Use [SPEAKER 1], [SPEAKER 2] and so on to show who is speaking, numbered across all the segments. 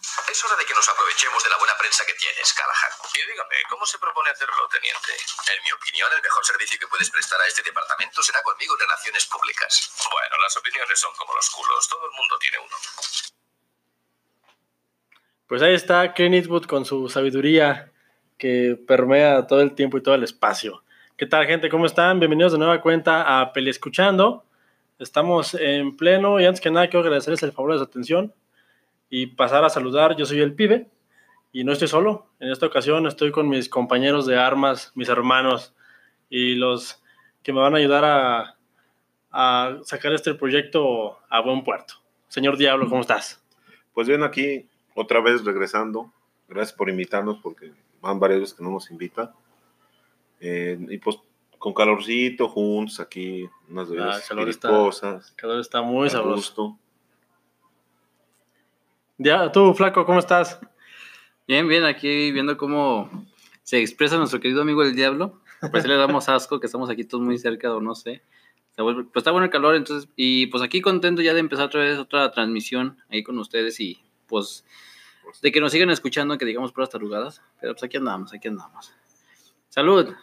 [SPEAKER 1] Es hora de que nos aprovechemos de la buena prensa que tienes, Callahan. Y dígame, ¿cómo se propone hacerlo, teniente? En mi opinión, el mejor servicio que puedes prestar a este departamento será conmigo en relaciones públicas. Bueno, las opiniones son como los culos. Todo el mundo tiene uno.
[SPEAKER 2] Pues ahí está Clint Eastwood con su sabiduría que permea todo el tiempo y todo el espacio. ¿Qué tal, gente? ¿Cómo están? Bienvenidos de nueva cuenta a Peli Escuchando. Estamos en pleno y antes que nada quiero agradecerles el favor de su atención y pasar a saludar. Yo soy el pibe y no estoy solo. En esta ocasión estoy con mis compañeros de armas, mis hermanos y los que me van a ayudar a, a sacar este proyecto a buen puerto. Señor Diablo, ¿cómo estás?
[SPEAKER 3] Pues bien, aquí otra vez regresando. Gracias por invitarnos porque van varias veces que no nos invitan. Eh, y pues con calorcito, juntos aquí, unas
[SPEAKER 2] Ah, el
[SPEAKER 3] bebidas
[SPEAKER 2] calor está-
[SPEAKER 3] espirituosas,
[SPEAKER 2] El calor está muy
[SPEAKER 3] a
[SPEAKER 2] sabroso.
[SPEAKER 3] gusto.
[SPEAKER 2] Ya, tú, flaco, ¿cómo estás?
[SPEAKER 4] Bien, bien, aquí viendo cómo se expresa nuestro querido amigo el diablo. Pues le damos asco que estamos aquí todos muy cerca o no sé. Se vuelve- Pues está bueno el calor, entonces, y pues aquí contento ya de empezar otra vez otra transmisión ahí con ustedes y pues de que nos sigan escuchando, que digamos puras tarugadas, pero pues aquí andamos, aquí andamos. Salud.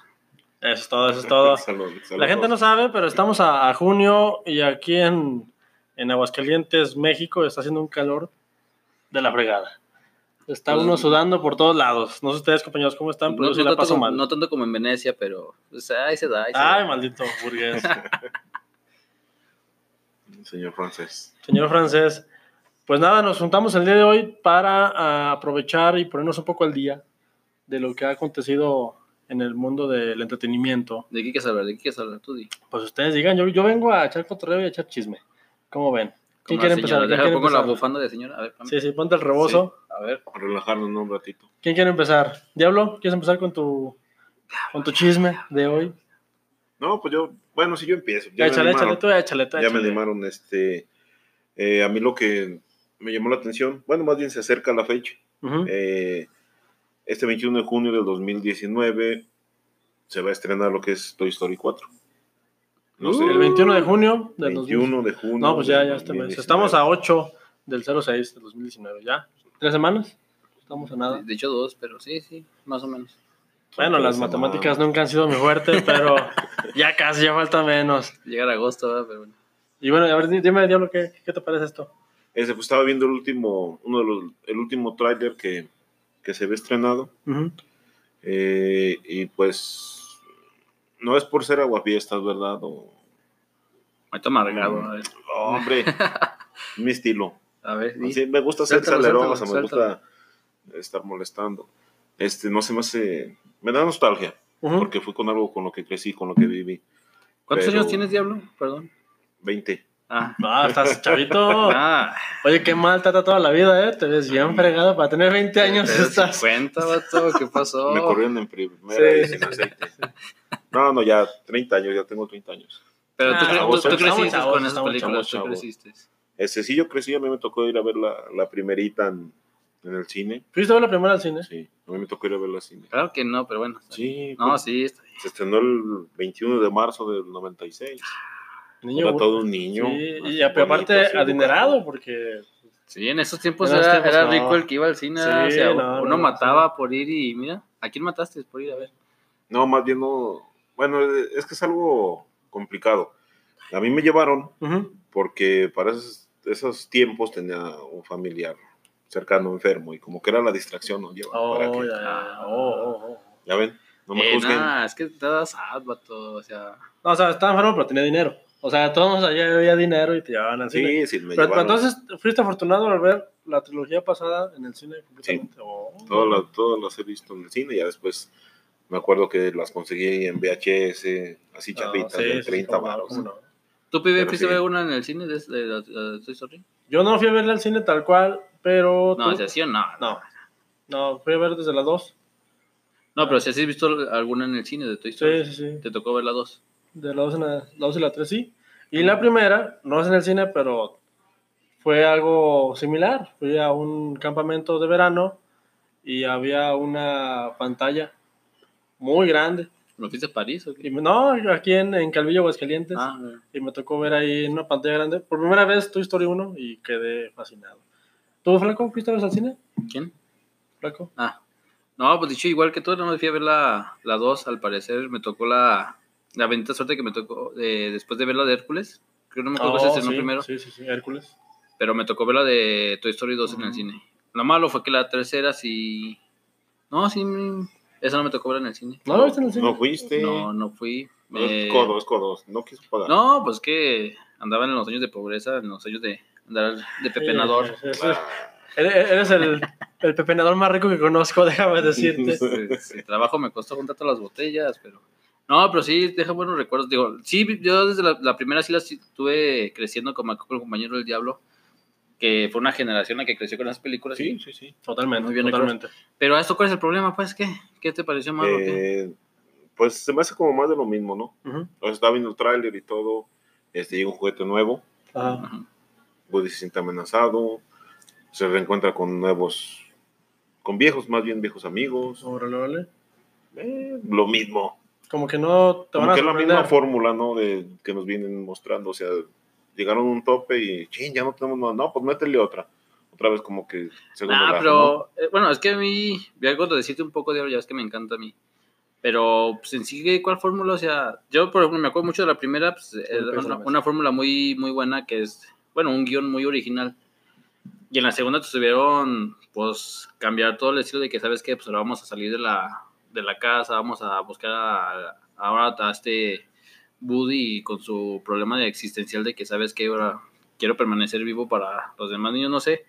[SPEAKER 2] Eso es todo, eso es todo.
[SPEAKER 3] Salud, salud.
[SPEAKER 2] La gente no sabe, pero estamos a, a junio y aquí en, en Aguascalientes, México, está haciendo un calor de la fregada. Está
[SPEAKER 4] Pues-
[SPEAKER 2] uno sudando por todos lados. No sé ustedes, compañeros, cómo están, pero
[SPEAKER 4] No,
[SPEAKER 2] yo sí
[SPEAKER 4] no
[SPEAKER 2] la
[SPEAKER 4] tanto
[SPEAKER 2] paso
[SPEAKER 4] como,
[SPEAKER 2] mal.
[SPEAKER 4] no tanto como en Venecia, pero pues, ahí se da. ahí se
[SPEAKER 2] Ay,
[SPEAKER 4] da.
[SPEAKER 2] maldito burgués.
[SPEAKER 3] Señor francés.
[SPEAKER 2] Señor francés, pues nada, nos juntamos el día de hoy para ah, aprovechar y ponernos un poco al día de lo que ha acontecido en el mundo del entretenimiento.
[SPEAKER 4] ¿De qué quieres hablar? ¿De qué quieres hablar? Tú di.
[SPEAKER 2] Pues ustedes digan, yo, yo vengo a echar cotorreo y a echar chisme. ¿Cómo ven? ¿Quién
[SPEAKER 4] Como
[SPEAKER 2] quiere
[SPEAKER 4] la
[SPEAKER 2] empezar?
[SPEAKER 4] señora,
[SPEAKER 2] ¿Quién
[SPEAKER 4] deja,
[SPEAKER 2] quiere
[SPEAKER 4] pongo la
[SPEAKER 2] empezar?
[SPEAKER 4] bufanda de señora. A ver,
[SPEAKER 2] Sí, sí, ponte el rebozo.
[SPEAKER 4] a ver.
[SPEAKER 3] Relajarnos ¿no? un ratito.
[SPEAKER 2] ¿Quién quiere empezar? Diablo, ¿quieres empezar con tu con tu chisme de hoy?
[SPEAKER 3] No, pues yo, bueno, si yo empiezo. Ya, me
[SPEAKER 2] échale,
[SPEAKER 3] animaron.
[SPEAKER 2] échale, tú échale, tú
[SPEAKER 3] ya me
[SPEAKER 2] échale.
[SPEAKER 3] animaron este eh, a mí lo que me llamó la atención bueno más bien se acerca la fecha
[SPEAKER 2] Ujú.
[SPEAKER 3] eh, este 21 de junio del 2019 se va a estrenar lo que es Toy Story 4 no sé
[SPEAKER 2] Uh, el 21 de junio del 2019.
[SPEAKER 3] 21 de junio
[SPEAKER 2] No, pues ya,
[SPEAKER 3] del
[SPEAKER 2] ya este mes.
[SPEAKER 3] 2019.
[SPEAKER 2] Estamos a 8 del 06 del 2019, ¿ya? ¿Tres semanas? Estamos a nada.
[SPEAKER 4] De hecho, dos, pero sí, sí, más o menos.
[SPEAKER 2] Bueno,
[SPEAKER 3] Tres
[SPEAKER 2] las
[SPEAKER 3] semanas.
[SPEAKER 2] matemáticas nunca han sido mi fuerte, pero ya casi, ya falta menos.
[SPEAKER 4] Llegar a agosto, ¿verdad? pero bueno.
[SPEAKER 2] Y bueno, a ver, di- dime, Diablo, ¿qué, qué te parece esto?
[SPEAKER 3] Ese, pues, estaba viendo el último uno de los- el último tráiler que, que se ve estrenado
[SPEAKER 2] Ujú.
[SPEAKER 3] Eh, y pues no es por ser aguafiestas verdad o
[SPEAKER 4] Ahorita amargado, a ver.
[SPEAKER 3] hombre mi estilo
[SPEAKER 4] Mm. A ver, di.
[SPEAKER 3] Así, me gusta ser
[SPEAKER 4] Suéltalo,
[SPEAKER 3] salerón, o sea, me
[SPEAKER 4] suéltalo,
[SPEAKER 3] gusta estar molestando. Este, no se me hace. Me da nostalgia,
[SPEAKER 2] Ujú.
[SPEAKER 3] porque fue con algo con lo que crecí, con lo que viví.
[SPEAKER 4] ¿Cuántos
[SPEAKER 3] pero-
[SPEAKER 4] años tienes, Diablo? Perdón.
[SPEAKER 3] 20.
[SPEAKER 4] Ah.
[SPEAKER 2] Ah, estás chavito.
[SPEAKER 4] Ah,
[SPEAKER 2] Oye, qué mal trata toda la vida, ¿eh? Te ves bien fregado. Para tener 20 años
[SPEAKER 4] pero
[SPEAKER 2] estás.
[SPEAKER 4] 50, vato, ¿qué pasó?
[SPEAKER 3] Me corrieron en primera
[SPEAKER 2] Oh. Sí.
[SPEAKER 3] y sin aceite. No, no, ya 30 años, ya tengo 30 años.
[SPEAKER 4] Pero tú,
[SPEAKER 2] Ah,
[SPEAKER 4] tú-
[SPEAKER 3] chavos,
[SPEAKER 4] tú
[SPEAKER 3] estamos
[SPEAKER 4] creciste
[SPEAKER 2] chavos,
[SPEAKER 4] con esas
[SPEAKER 2] estamos
[SPEAKER 4] películas,
[SPEAKER 3] chavos,
[SPEAKER 4] tú
[SPEAKER 3] chavos.
[SPEAKER 4] creciste.
[SPEAKER 3] Este, sí, yo crecí, a mí me tocó ir a ver la, la primerita en, en el cine.
[SPEAKER 2] ¿Fuiste a ver la primera al cine?
[SPEAKER 3] Sí, a mí me tocó ir a ver la cine.
[SPEAKER 4] Claro que no, pero bueno.
[SPEAKER 3] Sí,
[SPEAKER 4] No,
[SPEAKER 3] pues,
[SPEAKER 4] sí, está bien.
[SPEAKER 3] se estrenó el 21 de marzo del 96.
[SPEAKER 2] Niño.
[SPEAKER 3] Era
[SPEAKER 2] bu-
[SPEAKER 3] todo un niño.
[SPEAKER 2] Sí,
[SPEAKER 3] así
[SPEAKER 2] y ap- aparte
[SPEAKER 3] bonito, así,
[SPEAKER 2] adinerado, porque
[SPEAKER 4] Sí, en esos tiempos
[SPEAKER 2] En esos
[SPEAKER 4] era,
[SPEAKER 2] tiempos
[SPEAKER 4] era
[SPEAKER 2] no.
[SPEAKER 4] rico el que iba al cine.
[SPEAKER 2] Sí,
[SPEAKER 4] o sea,
[SPEAKER 2] no,
[SPEAKER 4] uno
[SPEAKER 2] no,
[SPEAKER 4] mataba por ir y mira, ¿a quién mataste por ir a ver?
[SPEAKER 3] No, más bien no. Bueno, es que es algo complicado. A mí me llevaron
[SPEAKER 2] ujú,
[SPEAKER 3] porque para esos, esos tiempos tenía un familiar cercano enfermo y como que era la distracción, ¿no? Lleva, para
[SPEAKER 2] Oh,
[SPEAKER 3] que-
[SPEAKER 2] ya, ya, oh, oh, oh.
[SPEAKER 3] ya ven, no me
[SPEAKER 4] Eh,
[SPEAKER 3] juzguen.
[SPEAKER 4] nada, es que estabas sad, vato, o sea...
[SPEAKER 2] No, o sea, estaba enfermo, pero tenía dinero. O sea, todos allá había dinero y te llevaban al cine.
[SPEAKER 3] sí, sí, me
[SPEAKER 2] pero pero
[SPEAKER 3] llevaron.
[SPEAKER 2] entonces, ¿fuiste afortunado al ver la trilogía pasada en el cine completamente? Oh.
[SPEAKER 3] Todas las, todas las he visto en el cine, ya después me acuerdo que las conseguí en VHS, así
[SPEAKER 2] No,
[SPEAKER 3] chapitas,
[SPEAKER 2] Ah, sí,
[SPEAKER 3] de
[SPEAKER 2] sí,
[SPEAKER 3] 30
[SPEAKER 2] cómo no,
[SPEAKER 3] baros.
[SPEAKER 2] cómo no.
[SPEAKER 4] ¿Tú, pibe,
[SPEAKER 3] Pero
[SPEAKER 4] fuiste
[SPEAKER 3] sí.
[SPEAKER 4] a ver una en el cine de, de, la- de Toy Story?
[SPEAKER 2] Yo no fui a verla al cine tal cual, pero...
[SPEAKER 4] No,
[SPEAKER 2] tú-
[SPEAKER 4] si así o no. No,
[SPEAKER 2] no. No, fui a ver desde las 2.
[SPEAKER 4] pero si así has visto alguna en el cine de Toy Story.
[SPEAKER 2] Sí, sí, sí.
[SPEAKER 4] Te tocó ver la dos.
[SPEAKER 2] De la 2 en la, la dos y la 3, sí. Y la primera, no es en el cine, pero fue algo similar. Fui a un campamento de verano y había una pantalla muy grande.
[SPEAKER 4] ¿No fuiste a París o
[SPEAKER 2] Y
[SPEAKER 4] qué?
[SPEAKER 2] me- no, aquí en, en Calvillo, Aguascalientes.
[SPEAKER 4] Ah, bueno.
[SPEAKER 2] Y me tocó ver ahí en una pantalla grande. Por primera vez Toy Story 1 y quedé fascinado. ¿Tú, Flaco, fuiste a ver al cine?
[SPEAKER 4] ¿Quién?
[SPEAKER 2] Flaco.
[SPEAKER 4] Ah. No, pues dicho igual que tú, no me fui a ver la, la 2, al parecer me tocó la, la bendita suerte que me tocó eh, después de ver la de Hércules. Creo que no pues, me acuerdo si se
[SPEAKER 2] Oh,
[SPEAKER 4] estrenó
[SPEAKER 2] sí,
[SPEAKER 4] primero,
[SPEAKER 2] Sí, sí, sí, Hércules.
[SPEAKER 4] pero me tocó ver la de Toy Story 2 en el
[SPEAKER 2] Ujú.
[SPEAKER 4] cine. Lo malo fue que la tercera sí... No, sí, mm, esa no me tocó ver en el cine.
[SPEAKER 2] ¿No lo viste en el cine?
[SPEAKER 3] No fuiste.
[SPEAKER 4] No, no fui. eh,
[SPEAKER 3] Es Pues codo, es codo. No quiso pagar.
[SPEAKER 4] no, pues que andaban en los años de pobreza, en los años de andar de pepenador.
[SPEAKER 2] Sí, sí, sí.
[SPEAKER 3] Ah,
[SPEAKER 2] Eres- Eres el, el pepenador más rico que conozco, déjame decirte.
[SPEAKER 4] Este, el trabajo me costó juntar todas las botellas, pero... No, pero sí, deja buenos recuerdos. Digo, sí, yo desde la, la primera sí la estuve creciendo como acá con el compañero del diablo, que fue una generación la que creció con esas
[SPEAKER 2] pues,
[SPEAKER 4] películas.
[SPEAKER 3] Sí, sí, sí.
[SPEAKER 2] Totalmente,
[SPEAKER 4] Muy bien,
[SPEAKER 2] totalmente.
[SPEAKER 4] Pero a esto, ¿cuál es el problema? Pues, ¿qué? ¿Qué te pareció malo? o qué?
[SPEAKER 3] Eh, pues se me hace como más de lo mismo, ¿no?
[SPEAKER 2] Ujú.
[SPEAKER 3] O sea, estaba viendo el tráiler y todo. Este, llega un juguete nuevo. Ah.
[SPEAKER 2] Ajá.
[SPEAKER 4] Ajá.
[SPEAKER 3] Woody se siente amenazado. Se reencuentra con nuevos. Con viejos, más bien viejos amigos.
[SPEAKER 2] Órale, órale.
[SPEAKER 3] Eh, lo mismo.
[SPEAKER 2] Como que no te van
[SPEAKER 3] Como
[SPEAKER 2] a
[SPEAKER 3] que es la misma
[SPEAKER 2] sorprender.
[SPEAKER 3] fórmula, ¿no? De, que nos vienen mostrando. O sea, llegaron a un tope y, ching, ya no tenemos nada. No, pues métele otra. Otra vez, como que. segundo
[SPEAKER 4] Ah,
[SPEAKER 3] lazo, ¿no?
[SPEAKER 4] pero eh, bueno, es que a mí, voy algo de decirte un poco de ahora, ya es que me encanta a mí. Pero, pues en sí, ¿cuál fórmula? O sea, yo, por ejemplo, me acuerdo mucho de la primera, pues, era
[SPEAKER 2] peso
[SPEAKER 4] una,
[SPEAKER 2] la mesa.
[SPEAKER 4] una fórmula muy, muy buena que es, bueno, un guión muy original. Y en la segunda te tuvieron, pues, cambiar todo el estilo de que, ¿sabes que Pues ahora vamos a salir de la, de la casa, vamos a buscar a, ahora a este Woody con su problema de existencial de que, ¿sabes que Ahora quiero permanecer vivo para los demás niños, no sé.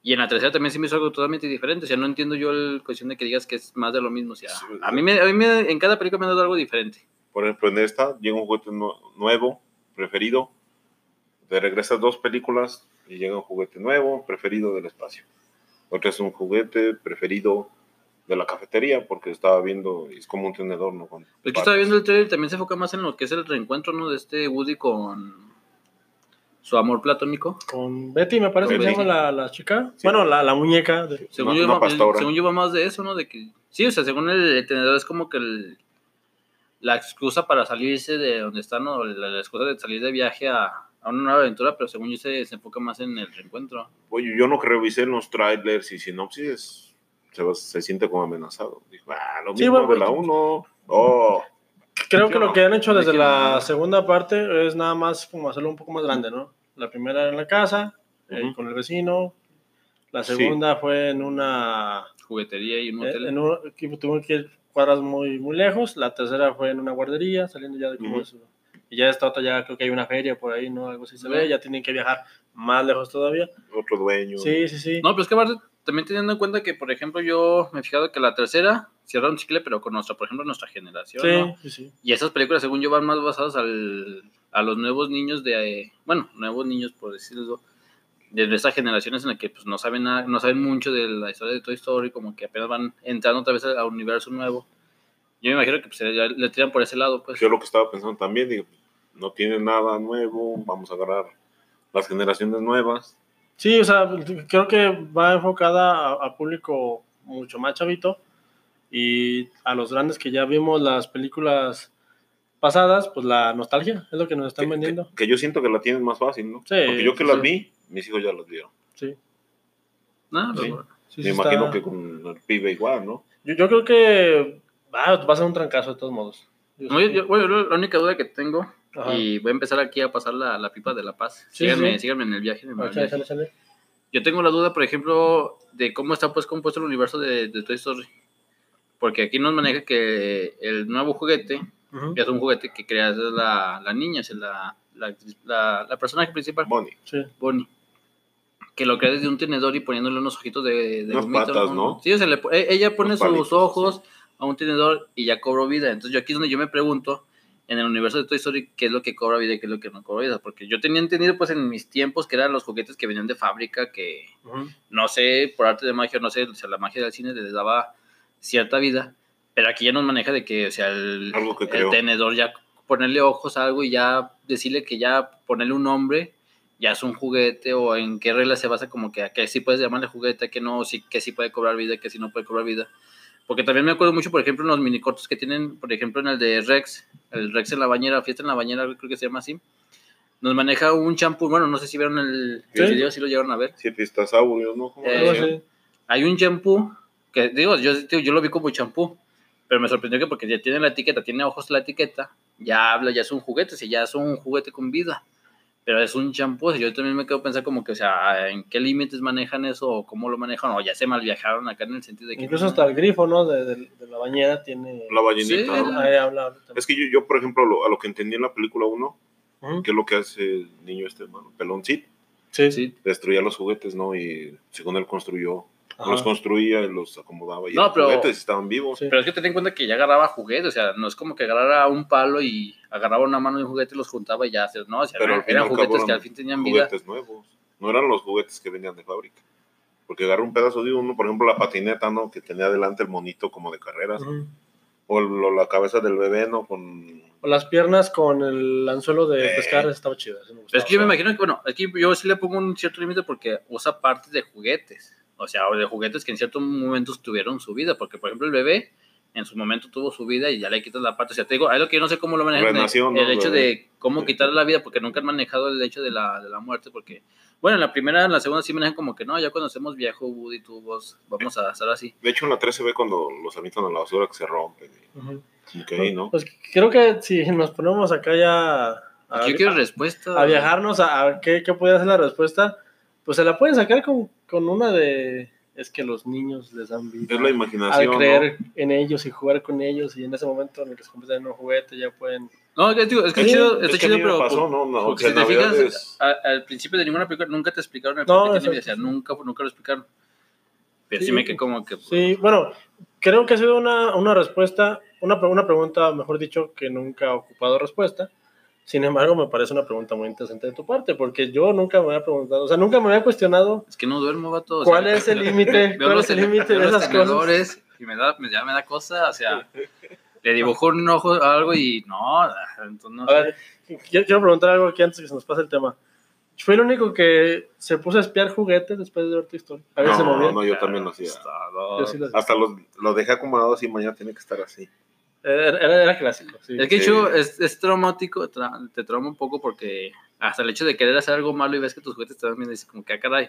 [SPEAKER 4] Y en la tercera también se me hizo algo totalmente diferente. O sea, no entiendo yo la cuestión de que digas que es más de lo mismo. O sea,
[SPEAKER 3] Sí,
[SPEAKER 4] a mí, me, a mí me- en cada película me han dado algo diferente.
[SPEAKER 3] Por ejemplo, en esta llega un juguete nu- nuevo, preferido. Te regresas dos películas y llega un juguete nuevo, preferido del espacio. Otra es un juguete preferido de la cafetería, porque estaba viendo, es como un tenedor, ¿no? Con
[SPEAKER 4] Pero que
[SPEAKER 3] patas.
[SPEAKER 4] estaba viendo el trailer también se enfoca más en lo que es el reencuentro, ¿no? De este Woody con su amor platónico.
[SPEAKER 2] Con Betty, me parece que se
[SPEAKER 3] Betty.
[SPEAKER 2] llama la, la chica.
[SPEAKER 3] Sí.
[SPEAKER 2] Bueno, la, la muñeca. de-
[SPEAKER 4] Según,
[SPEAKER 3] Una-
[SPEAKER 4] yo,
[SPEAKER 3] una
[SPEAKER 4] va-
[SPEAKER 3] pastora.
[SPEAKER 4] según yo va más de eso, ¿no? De que, sí, o sea, según el tenedor es como que el- la excusa para salirse de donde están, ¿no? La, la excusa de salir de viaje a, a una nueva aventura, pero según yo se, se enfoca más en el reencuentro.
[SPEAKER 3] Oye, yo no que revisé los trailers y sinopsis, se, va- se siente como amenazado. Dijo, ah, lo
[SPEAKER 2] Sí,
[SPEAKER 3] mismo
[SPEAKER 2] bueno,
[SPEAKER 3] de la
[SPEAKER 2] porque-
[SPEAKER 3] 1. Oh,
[SPEAKER 2] Creo
[SPEAKER 3] Sí,
[SPEAKER 2] que
[SPEAKER 3] no.
[SPEAKER 2] lo que han hecho
[SPEAKER 4] De
[SPEAKER 2] desde
[SPEAKER 4] que
[SPEAKER 2] la
[SPEAKER 4] no.
[SPEAKER 2] segunda parte es nada más como hacerlo un poco más grande, ¿no? La primera era en la casa, eh,
[SPEAKER 3] Ujú.
[SPEAKER 2] con el vecino. La
[SPEAKER 3] Sí.
[SPEAKER 2] segunda fue en una...
[SPEAKER 4] Juguetería y un
[SPEAKER 2] eh,
[SPEAKER 4] hotel.
[SPEAKER 2] en un- que tuvo que ir cuadras muy, muy lejos. La tercera fue en una guardería, saliendo ya de como
[SPEAKER 3] Ujú.
[SPEAKER 2] eso. Y ya esta otra ya creo que hay una feria por ahí, ¿no? Algo así se
[SPEAKER 4] Ujú.
[SPEAKER 2] ve. Ya tienen que viajar más lejos todavía.
[SPEAKER 3] otro dueño.
[SPEAKER 2] Sí, sí, sí.
[SPEAKER 4] No, pero es que aparte, también teniendo en cuenta que, por ejemplo, yo me he fijado que la tercera cierra un chicle, pero con nuestra, por ejemplo, nuestra generación.
[SPEAKER 2] sí,
[SPEAKER 4] ¿no?
[SPEAKER 2] sí, sí.
[SPEAKER 4] Y esas películas, según yo, van más basadas al, a los nuevos niños de. eh, bueno, nuevos niños, por decirlo. De esas generaciones en las que pues, no saben nada, no saben mucho de la historia de Toy Story, como que apenas van entrando otra vez al universo nuevo. Yo me imagino que pues, le, le tiran por ese lado, pues.
[SPEAKER 3] Yo lo que estaba pensando también, digo, no tiene nada nuevo, vamos a agarrar las generaciones nuevas.
[SPEAKER 2] Sí, o sea, creo que va enfocada a, a público mucho más chavito y a los grandes que ya vimos las películas pasadas, pues la nostalgia es lo que nos están
[SPEAKER 3] que-
[SPEAKER 2] vendiendo.
[SPEAKER 3] Que, que yo siento que la tienen más fácil, ¿no?
[SPEAKER 2] Sí,
[SPEAKER 3] Porque yo
[SPEAKER 2] sí,
[SPEAKER 3] que las
[SPEAKER 2] sí.
[SPEAKER 3] vi, mis hijos ya las vieron.
[SPEAKER 2] Sí,
[SPEAKER 4] No, pero
[SPEAKER 2] Sí.
[SPEAKER 4] pues, bueno.
[SPEAKER 2] sí,
[SPEAKER 3] Me
[SPEAKER 2] sí
[SPEAKER 3] imagino
[SPEAKER 2] está-
[SPEAKER 3] que con el pibe igual, ¿no?
[SPEAKER 2] yo, yo creo que ah, va a ser un trancazo de todos modos. Yo
[SPEAKER 4] No,
[SPEAKER 2] sé
[SPEAKER 4] yo- yo- bueno, yo la única duda que tengo,
[SPEAKER 2] que- Ajá.
[SPEAKER 4] y voy a empezar aquí a pasar la, la pipa de La Paz.
[SPEAKER 2] Sí,
[SPEAKER 4] síganme,
[SPEAKER 2] sí.
[SPEAKER 4] síganme en el viaje. en el
[SPEAKER 2] Ah,
[SPEAKER 4] mal
[SPEAKER 2] chale, chale,
[SPEAKER 4] viaje.
[SPEAKER 2] chale.
[SPEAKER 4] Yo tengo la duda, por ejemplo, de cómo está pues compuesto el universo de, de Toy Story. Porque aquí nos maneja que el nuevo juguete
[SPEAKER 2] Ujú.
[SPEAKER 4] es un juguete que crea la, la niña, o sea, la, la, la- la personaje principal,
[SPEAKER 3] Bonnie.
[SPEAKER 2] Sí.
[SPEAKER 4] Bonnie. Que lo crea desde un tenedor y poniéndole unos ojitos de, de
[SPEAKER 3] Unas
[SPEAKER 4] gomita,
[SPEAKER 3] patas, ¿no?
[SPEAKER 4] Sí, o sea, le po- e- ella pone
[SPEAKER 3] Unos
[SPEAKER 4] sus
[SPEAKER 3] palitos,
[SPEAKER 4] ojos a un tenedor y ya cobró vida. Entonces yo aquí es donde yo me pregunto, en el universo de Toy Story, qué es lo que cobra vida y qué es lo que no cobra vida. Porque yo tenía entendido pues en mis tiempos que eran los juguetes que venían de fábrica, que
[SPEAKER 2] Ujú.
[SPEAKER 4] no sé, por arte de magia, no sé, o sea, la magia del cine le daba cierta vida, pero aquí ya nos maneja de que, o sea, el,
[SPEAKER 3] Algo que
[SPEAKER 4] el
[SPEAKER 3] creó.
[SPEAKER 4] tenedor ya ponerle ojos a algo y ya decirle que ya ponerle un nombre, ya es un juguete o en qué regla se basa como que a que sí puedes llamarle juguete, a que no, sí, que sí puede cobrar vida, que sí no puede cobrar vida. Porque también me acuerdo mucho, por ejemplo, en los minicortos que tienen, por ejemplo, en el de Rex, el Rex en la bañera, fiesta en la bañera, creo que se llama así nos maneja un champú. Bueno, no sé si vieron el,
[SPEAKER 2] Sí.
[SPEAKER 4] el video, si lo llegaron a ver.
[SPEAKER 3] Siete estasaurios, ¿no? ¿Cómo
[SPEAKER 4] Eh,
[SPEAKER 3] le
[SPEAKER 2] Algo
[SPEAKER 3] decían?
[SPEAKER 2] así.
[SPEAKER 4] Hay un champú que, digo, yo, digo, yo lo vi como champú, pero me sorprendió que porque ya tiene la etiqueta, tiene ojos la etiqueta, ya habla, ya es un juguete, si ya es un juguete con vida, pero es un champú. si yo también me quedo pensando como que, o sea, ¿en qué límites manejan eso o cómo lo manejan? O ya se mal viajaron acá en el sentido de que.
[SPEAKER 2] Incluso hasta el grifo, ¿no? De, de- de la bañera tiene...
[SPEAKER 3] La ballenita.
[SPEAKER 4] Sí,
[SPEAKER 3] ¿no?
[SPEAKER 4] la-
[SPEAKER 2] Ahí habla ahorita.
[SPEAKER 3] Ah. Es que yo, yo, por ejemplo, lo- a lo que entendí en la película 1,
[SPEAKER 2] Ujú.
[SPEAKER 3] que es lo que hace el niño este, hermano, Peloncit,
[SPEAKER 2] Sí,
[SPEAKER 4] Sí.
[SPEAKER 3] destruía los juguetes, ¿no? Y según él construyó,
[SPEAKER 2] Ajá.
[SPEAKER 3] los construía y los acomodaba. Y
[SPEAKER 4] No,
[SPEAKER 3] los
[SPEAKER 4] pero-
[SPEAKER 3] juguetes estaban vivos.
[SPEAKER 2] Sí.
[SPEAKER 4] Pero es que ten en cuenta que ya agarraba juguetes, o sea, no es como que agarrara un palo y agarraba una mano de un juguete y los juntaba y ya, o sea, no, o sea,
[SPEAKER 3] Pero al
[SPEAKER 4] eran,
[SPEAKER 3] fin y al cabo
[SPEAKER 4] juguetes que
[SPEAKER 3] eran
[SPEAKER 4] al fin tenían vida.
[SPEAKER 3] Juguetes nuevos. No eran los juguetes que venían de fábrica. Porque agarró un pedazo de uno, por ejemplo, la patineta, ¿no? Que tenía adelante el monito como de carreras.
[SPEAKER 2] Ujú.
[SPEAKER 3] O lo- la cabeza del bebé, ¿no? Con...
[SPEAKER 2] O las piernas con el anzuelo de
[SPEAKER 3] Eh.
[SPEAKER 2] pescar estaba chido. ese me gustaba.
[SPEAKER 4] Es que yo me imagino que, bueno, es que yo sí le pongo un cierto límite porque usa partes de juguetes. O sea, o de juguetes que en ciertos momentos tuvieron su vida. Porque, por ejemplo, el bebé en su momento tuvo su vida y ya le quitas la parte. O sea, te digo, es lo que yo no sé cómo lo manejan.
[SPEAKER 3] Renació,
[SPEAKER 4] el,
[SPEAKER 3] ¿no?
[SPEAKER 4] el hecho de cómo
[SPEAKER 3] Sí.
[SPEAKER 4] quitarle la vida, porque nunca han manejado el hecho de la, de la muerte. Porque, bueno, en la primera, en la segunda sí manejan como que no, ya conocemos viejo Woody, tú, vos, vamos a hacer así.
[SPEAKER 3] De hecho, en la 3 se ve cuando los avientan a la basura que se rompen. y
[SPEAKER 2] Ujú.
[SPEAKER 3] Como que ahí, ¿no?
[SPEAKER 2] Pues creo que si nos ponemos acá ya a,
[SPEAKER 4] yo quiero respuesta.
[SPEAKER 2] a viajarnos a, a qué, qué podría ser la respuesta, pues se la pueden sacar con, con una de... Es que los niños les dan vida.
[SPEAKER 3] Es la
[SPEAKER 2] al
[SPEAKER 3] imaginación. ¿no?
[SPEAKER 2] creer en ellos y jugar con ellos y en ese momento en el que se convierten en un juguete ya pueden
[SPEAKER 4] No, es, digo, es que
[SPEAKER 3] Es
[SPEAKER 4] está chido,
[SPEAKER 3] que-
[SPEAKER 4] está
[SPEAKER 3] es que a mí
[SPEAKER 4] chido,
[SPEAKER 3] me
[SPEAKER 4] pero.
[SPEAKER 3] pasó, ¿no? No, o
[SPEAKER 4] Porque
[SPEAKER 3] sea,
[SPEAKER 4] si te fijas,
[SPEAKER 3] Navidades-
[SPEAKER 4] a- al principio de ninguna película nunca te explicaron el
[SPEAKER 2] No,
[SPEAKER 4] por qué tiene vida, o sea,
[SPEAKER 2] exacto.
[SPEAKER 4] nunca, nunca lo explicaron. Pero sí,
[SPEAKER 2] Sí,
[SPEAKER 4] me quedé como que. pues,
[SPEAKER 2] sí bueno creo que ha sido una, una respuesta una, pre- una pregunta mejor dicho que nunca ha ocupado respuesta sin embargo me parece una pregunta muy interesante de tu parte porque yo nunca me había preguntado o sea nunca me había cuestionado
[SPEAKER 4] Es que no duermo, vato. o
[SPEAKER 2] cuál
[SPEAKER 4] sea,
[SPEAKER 2] es el límite
[SPEAKER 4] veo
[SPEAKER 2] cuál
[SPEAKER 4] los
[SPEAKER 2] es el
[SPEAKER 4] tele-
[SPEAKER 2] límite
[SPEAKER 4] veo
[SPEAKER 2] de
[SPEAKER 4] los
[SPEAKER 2] esas cosas
[SPEAKER 4] tenedores Y me da, me- ya me da cosa, o sea. Le dibujó un ojo a algo y no, ah, entonces no
[SPEAKER 2] a ver quiero, quiero preguntar algo aquí antes de que se nos pase el tema fue el único que se puso a espiar juguetes después de ver tu historia a ver si se
[SPEAKER 3] No,
[SPEAKER 2] movía
[SPEAKER 3] no, yo también lo hacía.
[SPEAKER 2] Yo sí las-
[SPEAKER 3] Hasta los- lo, dejé acomodado así, mañana tiene que estar así.
[SPEAKER 2] era, era- era clásico sí.
[SPEAKER 4] Es que
[SPEAKER 3] Sí.
[SPEAKER 4] yo, es, es traumático, tra- te trauma un poco porque hasta el hecho de querer hacer algo malo y ves que tus juguetes te dan bien, dices como que ah, caray.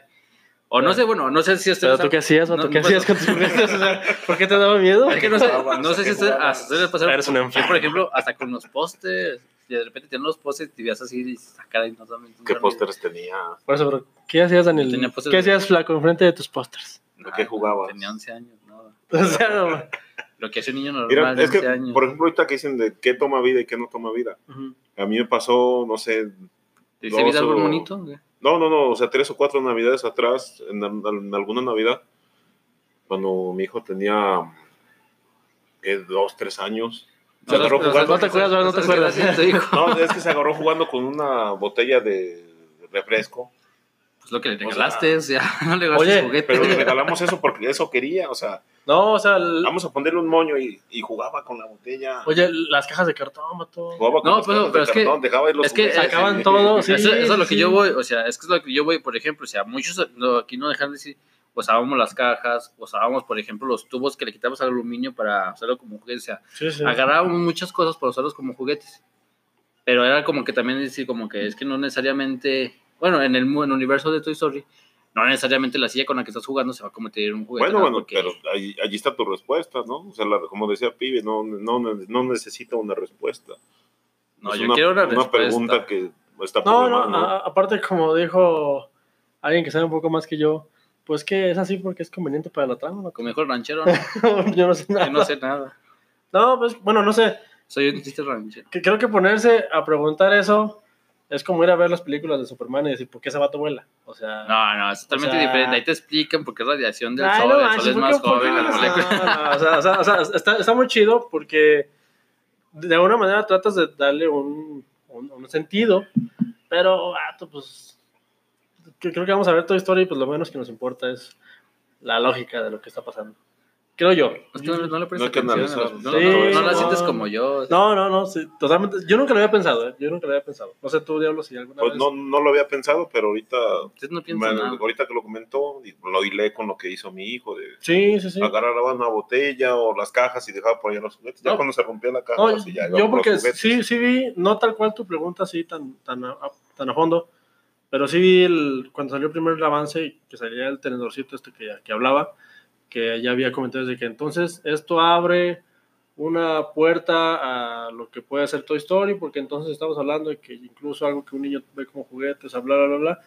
[SPEAKER 4] O no
[SPEAKER 2] Claro.
[SPEAKER 4] sé, bueno, no sé si esto
[SPEAKER 2] ¿Pero tú qué hacías, vato?
[SPEAKER 4] No,
[SPEAKER 2] ¿Qué
[SPEAKER 4] no,
[SPEAKER 2] hacías con
[SPEAKER 4] pues-
[SPEAKER 2] tus juguetes? O sea, ¿por qué te daba miedo?
[SPEAKER 4] Es que no sé, no sé si
[SPEAKER 3] que
[SPEAKER 4] ustedes- a
[SPEAKER 3] jugabas.
[SPEAKER 4] ustedes les pasaron.
[SPEAKER 2] Eres un
[SPEAKER 4] Yo,
[SPEAKER 2] enfermo.
[SPEAKER 4] por ejemplo, hasta con los pósters. Y de repente tienen los pósters y veas así y sacar y no saben.
[SPEAKER 3] ¿Qué pósters tenía?
[SPEAKER 2] Por eso, pero ¿qué hacías, Daniel?
[SPEAKER 4] Yo tenía pósters
[SPEAKER 2] ¿Qué
[SPEAKER 4] de-
[SPEAKER 2] hacías flaco enfrente de tus pósters?
[SPEAKER 3] ¿De qué jugabas?
[SPEAKER 4] Tenía 11 años, no.
[SPEAKER 2] O sea, no,
[SPEAKER 4] Lo que hace un niño normal
[SPEAKER 3] Mira,
[SPEAKER 4] de
[SPEAKER 3] es
[SPEAKER 4] 11
[SPEAKER 3] que,
[SPEAKER 4] años.
[SPEAKER 3] por ejemplo, ahorita que dicen de qué toma vida y qué no toma vida.
[SPEAKER 2] ujú.
[SPEAKER 3] A mí me pasó, no sé,
[SPEAKER 4] ¿Te dice vida algo
[SPEAKER 3] oso-
[SPEAKER 4] bonito? güey?
[SPEAKER 3] no, no, no, o sea, tres o cuatro navidades atrás, en, en alguna navidad, cuando mi hijo tenía ¿qué? dos, tres años. Se
[SPEAKER 4] los-
[SPEAKER 3] agarró
[SPEAKER 4] los-
[SPEAKER 3] jugando.
[SPEAKER 2] no te acuerdas, ¿verdad? No te
[SPEAKER 4] los- los-
[SPEAKER 2] acuerdas.
[SPEAKER 4] te dijo.
[SPEAKER 3] No, es que se agarró jugando con una botella de refresco.
[SPEAKER 4] Pues lo que le
[SPEAKER 3] sea,
[SPEAKER 4] regalaste, o sea, no le
[SPEAKER 2] Oye,
[SPEAKER 4] regalaste juguetes.
[SPEAKER 3] Pero le regalamos eso porque eso quería, o sea,
[SPEAKER 2] No, o sea, el-
[SPEAKER 3] vamos a ponerle un moño y, y jugaba con la botella.
[SPEAKER 2] oye, las cajas de cartón, mató.
[SPEAKER 3] jugaba con
[SPEAKER 4] No,
[SPEAKER 3] las
[SPEAKER 4] pero-
[SPEAKER 3] cajas de
[SPEAKER 4] pero es que-
[SPEAKER 3] cartón, dejaba ahí los
[SPEAKER 4] es que
[SPEAKER 3] juguetes.
[SPEAKER 2] Sacaban todo, sí.
[SPEAKER 4] eso, eso es lo que
[SPEAKER 2] sí.
[SPEAKER 4] yo voy, o sea, es que es lo que yo voy, por ejemplo, o sea, muchos no, aquí no dejan de decir, usábamos las cajas, usábamos, por ejemplo, los tubos que le quitamos al aluminio para hacerlo como juguete, o sea,
[SPEAKER 2] Sí, sí.
[SPEAKER 4] agarrábamos muchas cosas para usarlos como juguetes. Pero era como que también decir, como que es que no necesariamente, bueno, en el, mu- en el universo de Toy Story, no necesariamente la silla con la que estás jugando se va a convertir en un juguete.
[SPEAKER 3] Bueno,
[SPEAKER 4] ¿no?
[SPEAKER 3] bueno,
[SPEAKER 4] Porque-
[SPEAKER 3] pero ahí- allí está tu respuesta, ¿no? O sea, la- como decía Pibe, no, no, no necesita una respuesta.
[SPEAKER 4] No,
[SPEAKER 3] Es
[SPEAKER 4] yo
[SPEAKER 3] una,
[SPEAKER 4] quiero una,
[SPEAKER 3] una
[SPEAKER 4] respuesta.
[SPEAKER 3] pregunta que está por
[SPEAKER 2] No, no,
[SPEAKER 3] demás, ¿no?
[SPEAKER 2] a- aparte, como dijo alguien que sabe un poco más que yo, pues que es así porque es conveniente para la trama, ¿no?
[SPEAKER 4] Con mejor ranchero, ¿no?
[SPEAKER 2] yo no sé nada.
[SPEAKER 4] yo no sé nada.
[SPEAKER 2] No, pues, bueno, no sé.
[SPEAKER 4] Soy un triste ranchero.
[SPEAKER 2] que creo que ponerse a preguntar eso es como ir a ver las películas de Superman y decir, ¿por qué ese vato vuela? O sea,
[SPEAKER 4] No, no, es totalmente
[SPEAKER 2] sea-
[SPEAKER 4] diferente. Ahí te explican por qué es radiación del
[SPEAKER 2] Ay,
[SPEAKER 4] sol,
[SPEAKER 2] no
[SPEAKER 4] el
[SPEAKER 2] manches,
[SPEAKER 4] sol es
[SPEAKER 2] ¿por
[SPEAKER 4] más
[SPEAKER 2] qué- por qué
[SPEAKER 4] joven, las
[SPEAKER 2] no? No,
[SPEAKER 4] moléculas-
[SPEAKER 2] no, o sea, o sea, o sea, está, está muy chido porque de alguna manera tratas de darle un, un- un sentido, pero vato, pues que- creo que vamos a ver toda historia y pues lo menos que nos importa es la lógica de lo que está pasando. Creo yo.
[SPEAKER 4] Es que no, no le
[SPEAKER 3] No
[SPEAKER 4] prestas
[SPEAKER 3] hay que
[SPEAKER 4] atención. a las-
[SPEAKER 3] analizar.
[SPEAKER 4] No,
[SPEAKER 2] Sí,
[SPEAKER 4] no, no la
[SPEAKER 2] no.
[SPEAKER 4] sientes como yo.
[SPEAKER 2] No, no, no, sí, totalmente. Yo nunca lo había pensado, ¿eh? Yo nunca lo había pensado. No sé tú, Diablo, si alguna
[SPEAKER 3] Pues
[SPEAKER 2] vez...
[SPEAKER 3] no, no lo había pensado, pero ahorita,
[SPEAKER 4] Entonces no piensas
[SPEAKER 3] bueno,
[SPEAKER 4] nada.
[SPEAKER 3] ahorita que lo comentó, y lo hilé con lo que hizo mi hijo, de
[SPEAKER 2] Sí, sí, sí.
[SPEAKER 3] agarrar una botella o las cajas y dejaba por allá los juguetes. Ya
[SPEAKER 2] No.
[SPEAKER 3] cuando se rompía la caja,
[SPEAKER 2] No,
[SPEAKER 3] así ya iba
[SPEAKER 2] yo
[SPEAKER 3] por los
[SPEAKER 2] porque
[SPEAKER 3] juguetes.
[SPEAKER 2] sí, sí vi, no tal cual tu pregunta así tan, tan, a- a- tan a fondo. Pero sí vi el- cuando salió el primer avance, que salía el tenedorcito este que, que hablaba, que ya había comentado de que entonces esto abre una puerta a lo que puede ser Toy Story, porque entonces estamos hablando de que incluso algo que un niño ve como juguetes, bla, bla, bla, bla.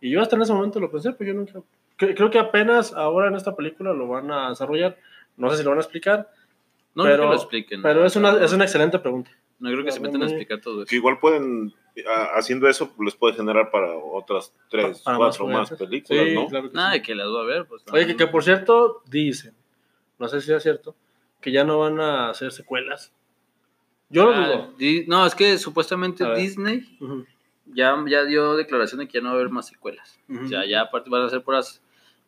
[SPEAKER 2] Y yo hasta en ese momento lo pensé, pero yo nunca... cre- Creo que apenas ahora en esta película lo van a desarrollar, no sé si lo van a explicar,
[SPEAKER 4] No
[SPEAKER 2] Pero-
[SPEAKER 4] creo que lo
[SPEAKER 3] Mm,
[SPEAKER 4] expliquen.
[SPEAKER 2] pero es una, es una excelente pregunta.
[SPEAKER 4] No creo que se metan a
[SPEAKER 2] muy-
[SPEAKER 4] explicar todo eso.
[SPEAKER 3] Que igual pueden, a- haciendo eso, les puede generar para otras tres,
[SPEAKER 2] Para más
[SPEAKER 3] cuatro más,
[SPEAKER 2] juguetes.
[SPEAKER 3] películas,
[SPEAKER 2] Sí,
[SPEAKER 3] ¿no?
[SPEAKER 2] claro que
[SPEAKER 4] Nada,
[SPEAKER 2] sí.
[SPEAKER 4] de que las voy a ver. Pues,
[SPEAKER 2] Oye, que,
[SPEAKER 4] también.
[SPEAKER 2] que por cierto, dicen, no sé si es cierto, que ya no van a hacer secuelas. Yo lo
[SPEAKER 4] Ah,
[SPEAKER 2] dudo.
[SPEAKER 4] Di- No, es que supuestamente
[SPEAKER 2] A ver.
[SPEAKER 4] Disney
[SPEAKER 2] Ujú,
[SPEAKER 4] ya, ya dio declaración de que ya no va a haber más secuelas.
[SPEAKER 2] ujú.
[SPEAKER 4] O sea, ya aparte van a ser puras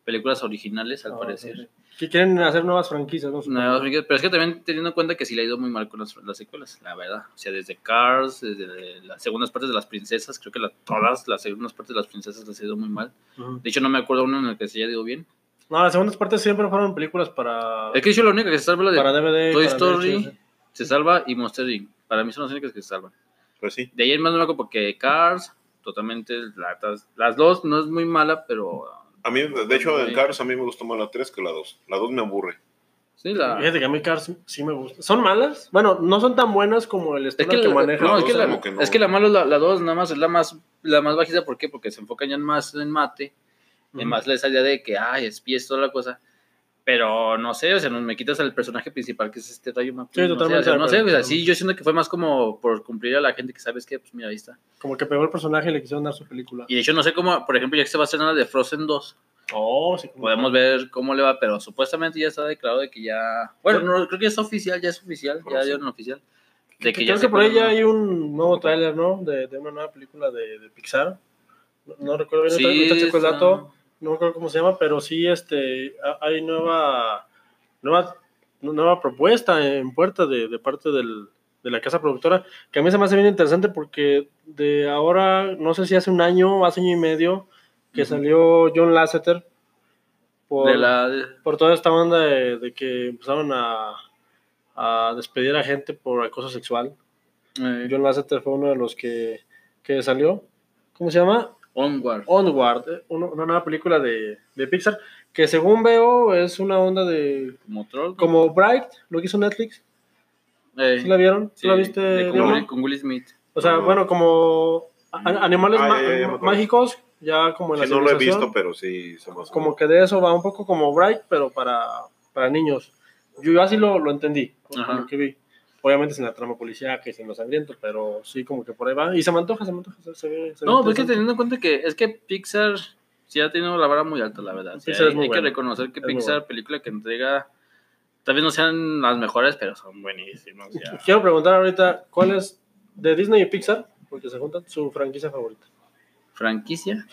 [SPEAKER 4] películas originales, al
[SPEAKER 2] Ah,
[SPEAKER 4] parecer. Pues,
[SPEAKER 2] ok. Que quieren hacer nuevas franquicias, ¿no?
[SPEAKER 4] Nuevas películas, pero es que también teniendo en cuenta que sí le ha ido muy mal con las, las secuelas, la verdad. O sea, desde Cars, desde las segundas partes de las princesas, creo que la- todas las segundas partes de las princesas les ha ido muy mal.
[SPEAKER 2] Ujú.
[SPEAKER 4] De hecho, no me acuerdo una en la que se haya ido bien.
[SPEAKER 2] No, las segundas partes siempre fueron películas para,
[SPEAKER 4] Es que de hecho la única que se salva es la
[SPEAKER 2] para
[SPEAKER 4] de
[SPEAKER 2] DVD.
[SPEAKER 4] Toy
[SPEAKER 2] para
[SPEAKER 4] Story
[SPEAKER 2] VHS.
[SPEAKER 4] se salva y Monster Inc. Para mí son las únicas que se salvan.
[SPEAKER 3] Pues sí.
[SPEAKER 4] De ahí en más no me acuerdo porque Cars, totalmente latas. Las dos no es muy mala, pero
[SPEAKER 3] A mí, de hecho, en
[SPEAKER 4] Sí.
[SPEAKER 3] Cars a mí me gustó más la 3 que la 2. La 2 me aburre.
[SPEAKER 4] sí, la.
[SPEAKER 2] Fíjate que a mí Cars sí me gusta. ¿Son malas? Bueno, no son tan buenas como el
[SPEAKER 4] Es
[SPEAKER 2] estilo
[SPEAKER 4] que,
[SPEAKER 2] que,
[SPEAKER 4] la,
[SPEAKER 2] maneja.
[SPEAKER 4] no,
[SPEAKER 3] la
[SPEAKER 4] es, que
[SPEAKER 3] dos,
[SPEAKER 4] la,
[SPEAKER 3] como que no.
[SPEAKER 4] es que la mala es la, la dos, nada más es la más la más bajita, ¿por qué? Porque se enfocan ya más en mate
[SPEAKER 2] Ujú.
[SPEAKER 4] Además, la idea de que, ay, espías, toda la cosa. Pero no sé, o sea, no me quitas al personaje principal que es este Rayo McQueen.
[SPEAKER 2] Sí,
[SPEAKER 4] no sé, o
[SPEAKER 2] totalmente
[SPEAKER 4] sea,
[SPEAKER 2] de
[SPEAKER 4] no sé, o
[SPEAKER 2] acuerdo.
[SPEAKER 4] sea, sí, yo siento que fue más como por cumplir a la gente que sabes que, pues mira, ahí está.
[SPEAKER 2] Como que pegó el personaje y le quisieron dar su película.
[SPEAKER 4] Y de hecho, no sé cómo, por ejemplo, ya que se va a estrenar la de Frozen 2,
[SPEAKER 2] Oh, sí, como-
[SPEAKER 4] podemos ver cómo le va, pero supuestamente ya está declarado de que ya. Bueno, no, creo que ya está oficial, ya es oficial, ya
[SPEAKER 3] Frozen.
[SPEAKER 4] dieron oficial.
[SPEAKER 2] Que-
[SPEAKER 4] De
[SPEAKER 2] que
[SPEAKER 4] que
[SPEAKER 2] creo
[SPEAKER 4] ya
[SPEAKER 2] que
[SPEAKER 4] se
[SPEAKER 2] por ahí ya
[SPEAKER 4] fueron-
[SPEAKER 2] hay un nuevo tráiler, ¿no? De, de una nueva película de, de Pixar. No, no recuerdo bien,
[SPEAKER 4] Sí,
[SPEAKER 2] ahorita- ahorita checo el
[SPEAKER 4] está-
[SPEAKER 2] dato. No recuerdo cómo se llama, pero sí este, ha- hay nueva, nueva, nueva propuesta en puerta de, de parte del- de la casa productora, que a mí se me hace bien interesante porque de ahora, no sé si hace un año, hace año y medio, que
[SPEAKER 4] Ujú.
[SPEAKER 2] salió John Lasseter por,
[SPEAKER 4] de la. de-
[SPEAKER 2] por toda esta onda de, de que empezaron a, a despedir a gente por acoso sexual.
[SPEAKER 4] eh,
[SPEAKER 2] John Lasseter fue uno de los que, que salió. ¿Cómo se llama?
[SPEAKER 4] Onward.
[SPEAKER 2] Onward, eh, una, una nueva película de, de Pixar, que según veo es una onda de...
[SPEAKER 4] Como troll.
[SPEAKER 2] Como Bright, lo que hizo Netflix.
[SPEAKER 4] eh,
[SPEAKER 2] ¿Sí la vieron? ¿Sí,
[SPEAKER 4] sí,
[SPEAKER 2] la viste?
[SPEAKER 4] de con,
[SPEAKER 2] Diego?
[SPEAKER 4] Will, con Will Smith.
[SPEAKER 2] O sea,
[SPEAKER 3] No.
[SPEAKER 2] bueno, como a- animales
[SPEAKER 3] Ah,
[SPEAKER 2] ma-
[SPEAKER 3] ya, ya, ya me acuerdo.
[SPEAKER 2] mágicos, ya como en
[SPEAKER 3] Sí,
[SPEAKER 2] la
[SPEAKER 3] no lo he
[SPEAKER 2] civilización.
[SPEAKER 3] visto, pero sí se me hace
[SPEAKER 2] como que de eso va un poco como Bright, pero para, para niños. Yo así lo, lo entendí, por
[SPEAKER 4] Ajá.
[SPEAKER 2] lo que vi. Obviamente sin la trama policial, que sin los sangrientos, pero sí como que por ahí va. Y se me antoja, se me antoja, se, se ve. se ve
[SPEAKER 4] No, porque
[SPEAKER 2] interesante.
[SPEAKER 4] teniendo en cuenta que es que Pixar sí ha tenido la vara muy alta, la verdad. O sea,
[SPEAKER 2] Pixar es
[SPEAKER 4] hay
[SPEAKER 2] muy
[SPEAKER 4] hay que
[SPEAKER 2] bueno.
[SPEAKER 4] reconocer que
[SPEAKER 2] Es muy
[SPEAKER 4] Pixar,
[SPEAKER 2] bueno.
[SPEAKER 4] película que entrega, tal vez no sean las mejores, pero son buenísimas. o sea.
[SPEAKER 2] Quiero preguntar ahorita, ¿cuál es de Disney y Pixar? Porque se juntan su franquicia favorita.
[SPEAKER 4] Franquicia.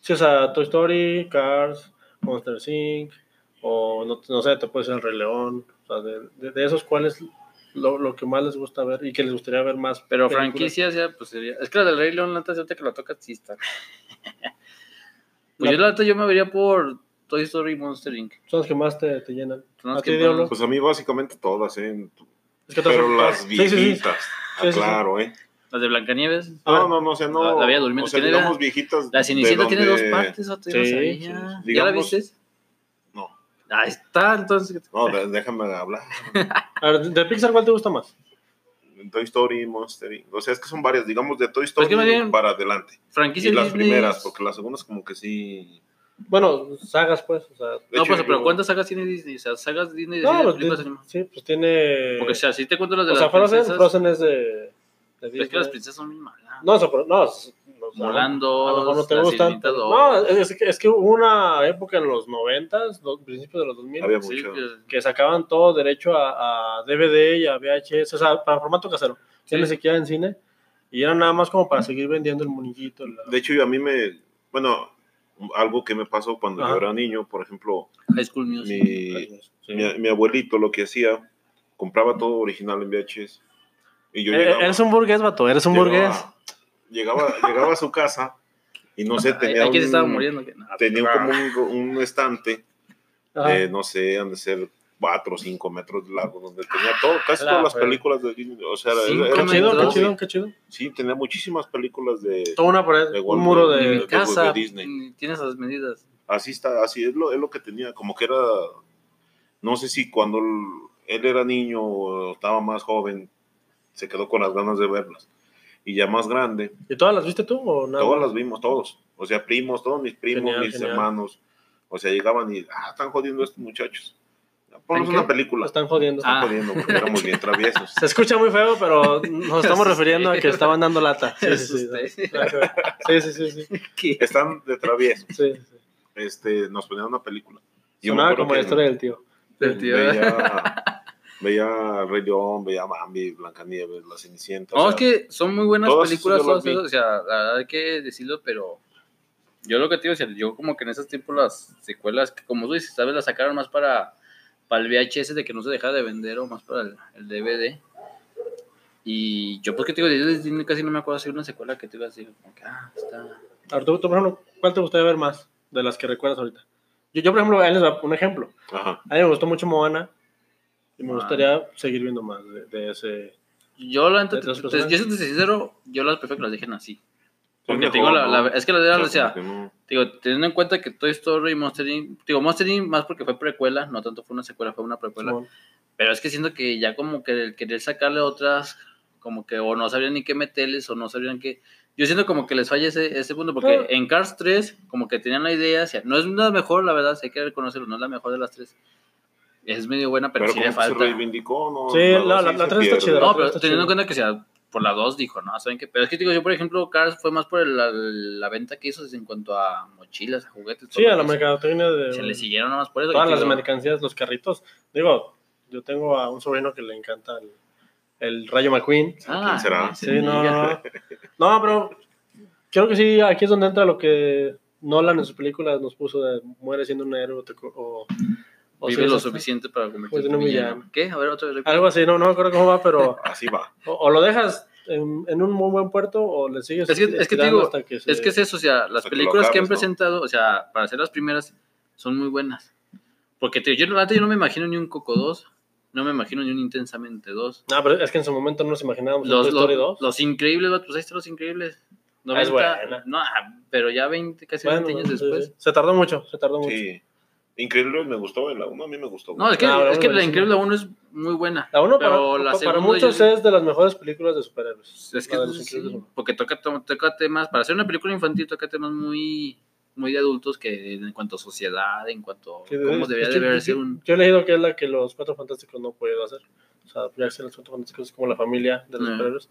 [SPEAKER 2] Si es a Toy Story, Cars, Monster Inc. O no, no sé, te puede ser El Rey León. O sea, de, de- de esos, ¿cuál es lo, lo que más les gusta ver y que les gustaría ver más?
[SPEAKER 4] Pero
[SPEAKER 2] películas?
[SPEAKER 4] franquicia, ya, pues sería. Es que la del Rey León, la neta, ahorita que la toca, sí está. pues
[SPEAKER 2] La-
[SPEAKER 4] yo la neta, yo me vería por Toy Story y Monster Inc.
[SPEAKER 2] Son las que más te, te llenan.
[SPEAKER 4] Son
[SPEAKER 2] ¿A
[SPEAKER 4] las
[SPEAKER 2] ti,
[SPEAKER 4] que más-
[SPEAKER 2] Diablo?
[SPEAKER 3] Pues a mí básicamente todas, ¿eh?
[SPEAKER 2] Es que
[SPEAKER 3] Pero
[SPEAKER 2] todas-
[SPEAKER 3] las
[SPEAKER 2] Sí, sí, sí.
[SPEAKER 3] viejitas.
[SPEAKER 2] Sí, sí, sí.
[SPEAKER 3] claro, ¿eh?
[SPEAKER 4] Las de Blancanieves.
[SPEAKER 2] A ver,
[SPEAKER 3] No, no, no, o sea, no.
[SPEAKER 4] La- la Bella Durmiente
[SPEAKER 3] o sea,
[SPEAKER 4] tiene la-
[SPEAKER 3] digamos viejitas.
[SPEAKER 4] La
[SPEAKER 3] de
[SPEAKER 4] Cenicienta tiene dos
[SPEAKER 3] donde-
[SPEAKER 4] partes, o te
[SPEAKER 2] Sí, sí, sí.
[SPEAKER 4] sabía. ¿Ya la
[SPEAKER 3] Digamos-
[SPEAKER 4] viste?
[SPEAKER 3] No,
[SPEAKER 4] Ahí está, entonces.
[SPEAKER 3] no, de- déjame hablar.
[SPEAKER 2] A ver, ¿de Pixar cuál te gusta más?
[SPEAKER 3] Toy Story, Monster Inc. O sea, es que son varias, digamos, de Toy Story
[SPEAKER 4] Pues que más bien-
[SPEAKER 3] para adelante.
[SPEAKER 4] Franquicia
[SPEAKER 3] Y las
[SPEAKER 4] Disney-
[SPEAKER 3] primeras, porque las segundas como que sí...
[SPEAKER 2] Bueno, sagas, pues. O sea,
[SPEAKER 3] De
[SPEAKER 4] no,
[SPEAKER 3] hecho,
[SPEAKER 4] pues, pero
[SPEAKER 3] yo-
[SPEAKER 4] ¿cuántas sagas tiene Disney? O sea, sagas Disney de
[SPEAKER 2] no, pues,
[SPEAKER 4] películas
[SPEAKER 2] tiene-
[SPEAKER 4] animadas.
[SPEAKER 2] sí, pues tiene.
[SPEAKER 4] Porque, o sea, si te cuento las de
[SPEAKER 2] o sea
[SPEAKER 4] las
[SPEAKER 2] Frozen,
[SPEAKER 4] princesas.
[SPEAKER 2] Frozen es de. de
[SPEAKER 4] pero es que
[SPEAKER 2] Disney.
[SPEAKER 4] las princesas son bien malas.
[SPEAKER 2] No, o sea, pero- no, es- no, o sea,
[SPEAKER 4] Mulan
[SPEAKER 2] A lo mejor no
[SPEAKER 4] 2,
[SPEAKER 2] te
[SPEAKER 4] La
[SPEAKER 2] gustan.
[SPEAKER 4] Sirenita 2.
[SPEAKER 2] No, es que, es que hubo una época en los 90s, los principios de los 2000,
[SPEAKER 3] Había
[SPEAKER 4] Sí,
[SPEAKER 3] mucho.
[SPEAKER 4] que-
[SPEAKER 2] que sacaban todo derecho a, a DVD y a VHS, o sea, para formato casero. Ya
[SPEAKER 4] Sí.
[SPEAKER 2] ni siquiera en cine. Y era nada más como para seguir vendiendo el muñequito. la-
[SPEAKER 3] De hecho, yo a mí me... Bueno, algo que me pasó cuando
[SPEAKER 2] Ajá.
[SPEAKER 3] yo era niño, por ejemplo,
[SPEAKER 4] High School Music.
[SPEAKER 3] mi,
[SPEAKER 2] Sí.
[SPEAKER 3] mi, mi abuelito lo que hacía, compraba todo original en VHS. Y yo ah,
[SPEAKER 2] Eh,
[SPEAKER 3] llegaba...
[SPEAKER 2] Eres un burgués, vato, eres un burgués.
[SPEAKER 3] Llegaba, llegaba, llegaba a su casa y no sé, tenía
[SPEAKER 4] Hay quien
[SPEAKER 3] un-
[SPEAKER 4] se estaba muriendo. que- no,
[SPEAKER 3] Tenía
[SPEAKER 4] ah,
[SPEAKER 3] como un, un estante
[SPEAKER 2] Ajá.
[SPEAKER 3] de, no sé, han de ser 4 o 5 metros de largo, donde tenía todo, casi
[SPEAKER 2] La
[SPEAKER 3] todas las
[SPEAKER 2] fe.
[SPEAKER 3] películas de Disney. O sea,
[SPEAKER 4] Cinco
[SPEAKER 2] Qué
[SPEAKER 3] era, era-
[SPEAKER 4] metros.
[SPEAKER 2] chido, qué
[SPEAKER 4] Comentó,
[SPEAKER 2] chido, qué chido.
[SPEAKER 3] Sí, tenía muchísimas películas de.
[SPEAKER 2] Toda una pared,
[SPEAKER 3] De
[SPEAKER 2] un
[SPEAKER 3] Walt
[SPEAKER 2] muro
[SPEAKER 3] Disney.
[SPEAKER 2] de.
[SPEAKER 4] mi
[SPEAKER 3] de
[SPEAKER 4] Eh, casa
[SPEAKER 3] Disney.
[SPEAKER 4] mm, tiene esas medidas.
[SPEAKER 3] Así está, así es lo, es lo que tenía, como que era. No sé si cuando él- él era niño o estaba más joven, se quedó con las ganas de verlas. Y ya más grande,
[SPEAKER 2] ¿Y todas las viste tú o nada?
[SPEAKER 3] todas las vimos, todos. O sea, primos, todos mis primos,
[SPEAKER 2] Genial,
[SPEAKER 3] mis
[SPEAKER 2] genial.
[SPEAKER 3] hermanos. O sea, llegaban y, ah, están jodiendo a estos muchachos. Ponemos
[SPEAKER 4] ¿En qué?
[SPEAKER 3] una película.
[SPEAKER 2] Lo están jodiendo.
[SPEAKER 4] Ah.
[SPEAKER 3] Están jodiendo porque éramos bien traviesos.
[SPEAKER 2] Se escucha muy feo, pero nos estamos refiriendo a que estaban dando lata. Sí, sí, sí.
[SPEAKER 4] Asusté.
[SPEAKER 2] Sí, sí, sí, sí, sí,
[SPEAKER 4] ¿Qué?
[SPEAKER 3] Están de traviesos.
[SPEAKER 2] sí, sí.
[SPEAKER 3] Este, nos ponían una película. Yo me
[SPEAKER 2] Sonaba
[SPEAKER 3] acuerdo
[SPEAKER 2] como la
[SPEAKER 3] que-
[SPEAKER 2] historia del tío.
[SPEAKER 4] Del tío.
[SPEAKER 3] Veía, veía Rey León, veía Bambi, Blancanieves, La Cenicienta. o
[SPEAKER 4] No, Oh, es
[SPEAKER 3] sea,
[SPEAKER 4] que son muy buenas
[SPEAKER 3] todas
[SPEAKER 4] películas,
[SPEAKER 3] esas yo las
[SPEAKER 4] todas
[SPEAKER 3] vi.
[SPEAKER 4] esas, o sea, la verdad hay que decirlo, pero yo lo que te digo, o sea, yo como que en esos tiempos las secuelas, que como tú dices, tal vez las sacaron más para, para el VHS de que no se dejara de vender o más para el, el DVD. Y yo, pues que te digo, yo de Disney casi no me acuerdo si una secuela que te iba a decir, como que, ah, está.
[SPEAKER 2] Arturo, tú, por ejemplo, ¿cuál te gustaría ver más de las que recuerdas ahorita? Yo, yo por ejemplo, ahí les va un ejemplo.
[SPEAKER 3] Ajá.
[SPEAKER 2] A mí me gustó mucho Moana y me
[SPEAKER 3] Ah.
[SPEAKER 4] Moana.
[SPEAKER 2] gustaría seguir viendo más de, de ese.
[SPEAKER 4] Yo, la neta,
[SPEAKER 2] ¿De
[SPEAKER 4] te-
[SPEAKER 2] otras
[SPEAKER 4] te-
[SPEAKER 2] personas?
[SPEAKER 4] yo si te soy sincero, yo las prefiero que las dejen así. Porque
[SPEAKER 3] Es
[SPEAKER 4] te digo,
[SPEAKER 3] mejor,
[SPEAKER 4] la,
[SPEAKER 3] ¿no?
[SPEAKER 4] la- es que la verdad, o sea,
[SPEAKER 3] como que no.
[SPEAKER 4] Digo, teniendo en cuenta que Toy Story y Monster Inc. Digo, Monster Inc. más porque fue precuela, no tanto fue una secuela, fue una precuela.
[SPEAKER 2] Simón.
[SPEAKER 4] Pero es que siento que ya como que el querer sacarle otras, como que o no sabrían ni qué meterles o no sabrían qué. Yo siento como que les falla ese, ese punto, porque
[SPEAKER 2] No.
[SPEAKER 4] en Cars 3 como que tenían la idea, o sea, no es la mejor, la verdad, sí hay que reconocerlo, no es la mejor de las tres. Es medio buena, pero,
[SPEAKER 3] Pero
[SPEAKER 4] sí
[SPEAKER 3] como
[SPEAKER 4] le
[SPEAKER 3] que se
[SPEAKER 4] falta.
[SPEAKER 3] reivindicó, ¿no?
[SPEAKER 2] Sí,
[SPEAKER 3] Luego
[SPEAKER 2] la- la- la
[SPEAKER 3] se
[SPEAKER 2] tres está
[SPEAKER 3] pierde.
[SPEAKER 2] chida.
[SPEAKER 4] No,
[SPEAKER 2] Pero
[SPEAKER 4] pero
[SPEAKER 2] está
[SPEAKER 4] teniendo en
[SPEAKER 2] chido.
[SPEAKER 4] cuenta que, o sea, por la 2 dijo, ¿no? ¿Saben qué? Pero es que digo, yo, por ejemplo, Cars fue más por el- la, la venta que hizo en cuanto a mochilas, a juguetes.
[SPEAKER 2] Sí,
[SPEAKER 4] todo
[SPEAKER 2] a la
[SPEAKER 4] eso.
[SPEAKER 2] mercadotecnia de.
[SPEAKER 4] Se le siguieron nada más por eso.
[SPEAKER 2] todas
[SPEAKER 4] que
[SPEAKER 2] las
[SPEAKER 4] digo,
[SPEAKER 2] mercancías, los carritos. Digo, yo tengo a un sobrino que le encanta el, el Rayo McQueen.
[SPEAKER 4] ah,
[SPEAKER 3] ¿Quién será?
[SPEAKER 4] no se
[SPEAKER 2] Sí, no, no,
[SPEAKER 4] diga.
[SPEAKER 2] no. No, pero creo que sí, aquí es donde entra lo que Nolan en sus películas nos puso de muere siendo un héroe o te co- o, o
[SPEAKER 4] Vive
[SPEAKER 2] seas
[SPEAKER 4] lo
[SPEAKER 2] hasta-
[SPEAKER 4] suficiente para
[SPEAKER 2] Pues,
[SPEAKER 4] convertirte en
[SPEAKER 2] no
[SPEAKER 4] un
[SPEAKER 2] me
[SPEAKER 4] villano.
[SPEAKER 2] llama.
[SPEAKER 4] ¿Qué? A ver, otra vez.
[SPEAKER 2] Algo así, no, no me acuerdo cómo va, pero
[SPEAKER 3] Así va.
[SPEAKER 2] o, o lo dejas en, en un muy buen puerto o le sigues
[SPEAKER 4] Es que- es que te
[SPEAKER 2] estirando
[SPEAKER 4] digo,
[SPEAKER 2] hasta que se-
[SPEAKER 4] Es que es eso, o sea, las
[SPEAKER 3] Hasta que lo
[SPEAKER 4] películas que han
[SPEAKER 3] acabes, ¿no?
[SPEAKER 4] presentado, o sea, para ser las primeras, son muy buenas. Porque te, yo, la neta, yo no me imagino ni un Coco 2, no me imagino ni un Intensamente 2.
[SPEAKER 2] No, Ah, pero es que en su momento no nos imaginábamos un
[SPEAKER 4] Los,
[SPEAKER 2] Toy Story 2.
[SPEAKER 4] los, los increíbles, vato, pues ahí están los increíbles.
[SPEAKER 2] Ah, es
[SPEAKER 4] 90,
[SPEAKER 2] buena.
[SPEAKER 4] No, ah, pero ya 20, casi
[SPEAKER 2] Bueno,
[SPEAKER 4] 20
[SPEAKER 2] sí,
[SPEAKER 4] años
[SPEAKER 2] sí,
[SPEAKER 4] después.
[SPEAKER 2] sí. Se tardó mucho, se tardó mucho.
[SPEAKER 3] Sí. Increíble, me gustó. En la 1 a mí me gustó.
[SPEAKER 4] No, es que,
[SPEAKER 2] No, Ah, la
[SPEAKER 4] es que
[SPEAKER 2] uno
[SPEAKER 4] la
[SPEAKER 2] es-
[SPEAKER 4] Increíble 1 es muy buena.
[SPEAKER 2] La uno
[SPEAKER 4] Pero
[SPEAKER 2] para,
[SPEAKER 4] la
[SPEAKER 2] para
[SPEAKER 4] segunda
[SPEAKER 2] muchos
[SPEAKER 4] yo-
[SPEAKER 2] es de las mejores películas de superhéroes.
[SPEAKER 4] Es que
[SPEAKER 2] La de los
[SPEAKER 4] sí,
[SPEAKER 2] Increíbles uno.
[SPEAKER 4] porque toca, to- toca temas, para hacer una película infantil toca temas muy, muy de adultos que en cuanto a sociedad, en cuanto a
[SPEAKER 2] Que
[SPEAKER 4] cómo
[SPEAKER 2] es-
[SPEAKER 4] debería
[SPEAKER 2] es
[SPEAKER 4] de
[SPEAKER 2] que-
[SPEAKER 4] verse
[SPEAKER 2] yo-
[SPEAKER 4] un...
[SPEAKER 2] Yo he leído que es la que los Cuatro Fantásticos no pudieron hacer. O sea, ya que los Cuatro Fantásticos es como la familia de los
[SPEAKER 4] Ah.
[SPEAKER 2] superhéroes.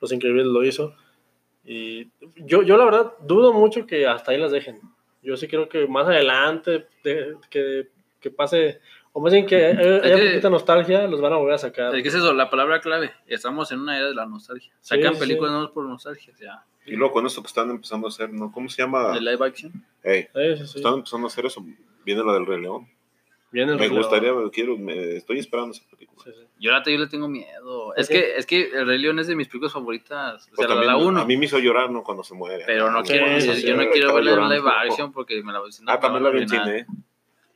[SPEAKER 2] Los Increíbles lo hizo. Y yo, yo la verdad dudo mucho que hasta ahí las dejen. Yo sí creo que más adelante de- que, que pase... O más bien que eh, haya
[SPEAKER 4] que-
[SPEAKER 2] poquita nostalgia, los van a volver a sacar.
[SPEAKER 4] Es que es eso, la palabra clave. Estamos en una era de la nostalgia. Sacan
[SPEAKER 2] sí.
[SPEAKER 4] películas no por nostalgia, o sea,
[SPEAKER 3] Y luego con esto que están empezando a hacer, ¿no? ¿Cómo se
[SPEAKER 2] Ah.
[SPEAKER 3] llama?
[SPEAKER 4] de live action.
[SPEAKER 3] Ey,
[SPEAKER 2] Sí, sí, sí.
[SPEAKER 3] Están empezando a hacer eso. Viene la del Rey León.
[SPEAKER 2] Viene el
[SPEAKER 3] Me
[SPEAKER 2] reloj.
[SPEAKER 3] gustaría, quiero, me- estoy esperando esa película.
[SPEAKER 2] Sí, sí.
[SPEAKER 4] Yo ahorita yo le tengo miedo. Es
[SPEAKER 2] Ok.
[SPEAKER 4] que es que el Rey León es de mis películas favoritas. O sea,
[SPEAKER 3] Pues
[SPEAKER 4] la-
[SPEAKER 3] también
[SPEAKER 4] la
[SPEAKER 3] A
[SPEAKER 4] 1.
[SPEAKER 3] mí me hizo llorar, ¿no? Cuando se muere.
[SPEAKER 4] Pero no
[SPEAKER 3] Sí,
[SPEAKER 4] quiero,
[SPEAKER 2] sí,
[SPEAKER 4] yo-
[SPEAKER 2] sí,
[SPEAKER 4] yo no
[SPEAKER 2] sí,
[SPEAKER 4] quiero
[SPEAKER 3] estaba
[SPEAKER 4] verla en
[SPEAKER 3] llorando.
[SPEAKER 4] live action porque me la voy
[SPEAKER 3] Ah, también la vi en cine, ¿eh?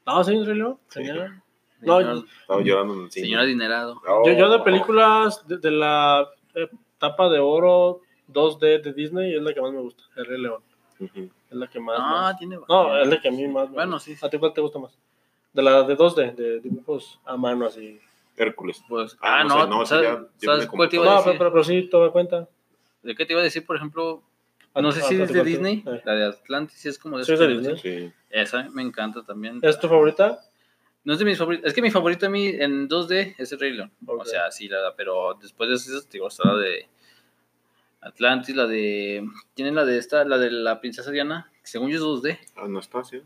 [SPEAKER 2] Ah, sí, en serio. Genial. No,
[SPEAKER 4] Señor,
[SPEAKER 3] Estaba llorando en el cine.
[SPEAKER 4] señor adinerado.
[SPEAKER 2] Yo, yo de
[SPEAKER 3] Oh.
[SPEAKER 2] películas de, de la eh, etapa de oro 2D de Disney es la que más me gusta, El Rey León.
[SPEAKER 3] Ujú.
[SPEAKER 2] Es la que más.
[SPEAKER 4] No,
[SPEAKER 2] más-
[SPEAKER 4] tiene.
[SPEAKER 2] No, es la que a mí más. me
[SPEAKER 4] Ah, Bueno,
[SPEAKER 2] gusta.
[SPEAKER 4] sí.
[SPEAKER 2] ¿A ti cuál te gusta más? De la de 2D, de dibujos a mano así.
[SPEAKER 3] Hércules.
[SPEAKER 4] Pues,
[SPEAKER 3] Ah,
[SPEAKER 4] ah,
[SPEAKER 3] no
[SPEAKER 4] no,
[SPEAKER 3] sé, no, sí,
[SPEAKER 4] ¿sabes,
[SPEAKER 3] ya- ya
[SPEAKER 4] sabes
[SPEAKER 3] me
[SPEAKER 4] cuál te
[SPEAKER 2] No,
[SPEAKER 4] iba a decir?
[SPEAKER 2] pero, pero, pero sí, toma en cuenta.
[SPEAKER 4] ¿De qué te iba a decir, por ejemplo?
[SPEAKER 2] A-
[SPEAKER 4] No sé
[SPEAKER 2] a-
[SPEAKER 4] si
[SPEAKER 2] a-
[SPEAKER 4] es
[SPEAKER 2] a-
[SPEAKER 4] de
[SPEAKER 2] ah, a-
[SPEAKER 4] Disney,
[SPEAKER 2] eh.
[SPEAKER 4] la de Atlantis, sí es como de
[SPEAKER 2] Sí, es
[SPEAKER 4] esos
[SPEAKER 2] de
[SPEAKER 4] que-
[SPEAKER 2] Disney.
[SPEAKER 3] Sí.
[SPEAKER 4] Esa me encanta también.
[SPEAKER 2] ¿Es tu favorita?
[SPEAKER 4] No es de mis favoritas, es que mi favorita a mí en 2D es el Rey León. O
[SPEAKER 2] Ok.
[SPEAKER 4] sea, sí, la pero después de esas, te digo, está la de Atlantis, la de. ¿Quién es la de esta? La de la princesa Diana, que según yo es 2D.
[SPEAKER 3] Ah, Anastasia.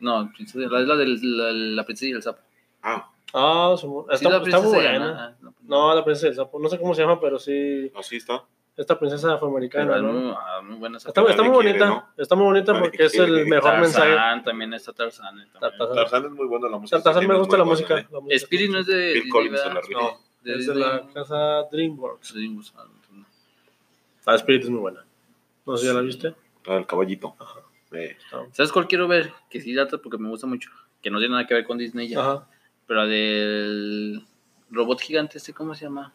[SPEAKER 4] No, princesa Diana, es la de la, la princesa y el sapo.
[SPEAKER 3] Ah,
[SPEAKER 2] Ah, su-
[SPEAKER 4] Sí,
[SPEAKER 2] está,
[SPEAKER 4] la
[SPEAKER 2] está muy
[SPEAKER 4] princesa
[SPEAKER 2] buena.
[SPEAKER 4] Diana, ah, no,
[SPEAKER 2] No, la princesa del sapo. No sé cómo se llama, pero sí.
[SPEAKER 3] así está.
[SPEAKER 2] Esta princesa
[SPEAKER 4] pero
[SPEAKER 2] afroamericana,
[SPEAKER 4] es
[SPEAKER 2] ¿no?
[SPEAKER 4] muy, ah, muy buena esa
[SPEAKER 2] Está,
[SPEAKER 4] película.
[SPEAKER 3] Nadie
[SPEAKER 2] está muy
[SPEAKER 3] quiere,
[SPEAKER 2] bonita.
[SPEAKER 3] ¿no?
[SPEAKER 2] Está muy bonita
[SPEAKER 3] Nadie
[SPEAKER 2] porque es
[SPEAKER 3] quiere
[SPEAKER 2] el
[SPEAKER 3] que-
[SPEAKER 2] mejor mensaje.
[SPEAKER 4] Tarzán, también está Tarzán. eh, también.
[SPEAKER 2] Tarzán.
[SPEAKER 3] Tarzán es muy buena la música.
[SPEAKER 2] Tarzán me
[SPEAKER 3] es
[SPEAKER 2] gusta
[SPEAKER 3] muy
[SPEAKER 2] la
[SPEAKER 3] buena,
[SPEAKER 2] música.
[SPEAKER 3] ¿eh?
[SPEAKER 2] la música.
[SPEAKER 4] Spirit no es de.
[SPEAKER 3] Bill Collins
[SPEAKER 4] ¿verdad?
[SPEAKER 3] se la rifa.
[SPEAKER 4] No, de,
[SPEAKER 2] Es de la casa DreamWorks.
[SPEAKER 4] Dreamworks, ah, no.
[SPEAKER 2] La Ah, Spirit es muy buena. No sé si ya la viste.
[SPEAKER 3] La del caballito. Eh,
[SPEAKER 4] ¿Sabes cuál quiero ver? Que sí, data porque me gusta mucho. Que no tiene nada que ver con Disney ya.
[SPEAKER 2] Ajá.
[SPEAKER 4] Pero la del robot gigante, este, ¿cómo se llama?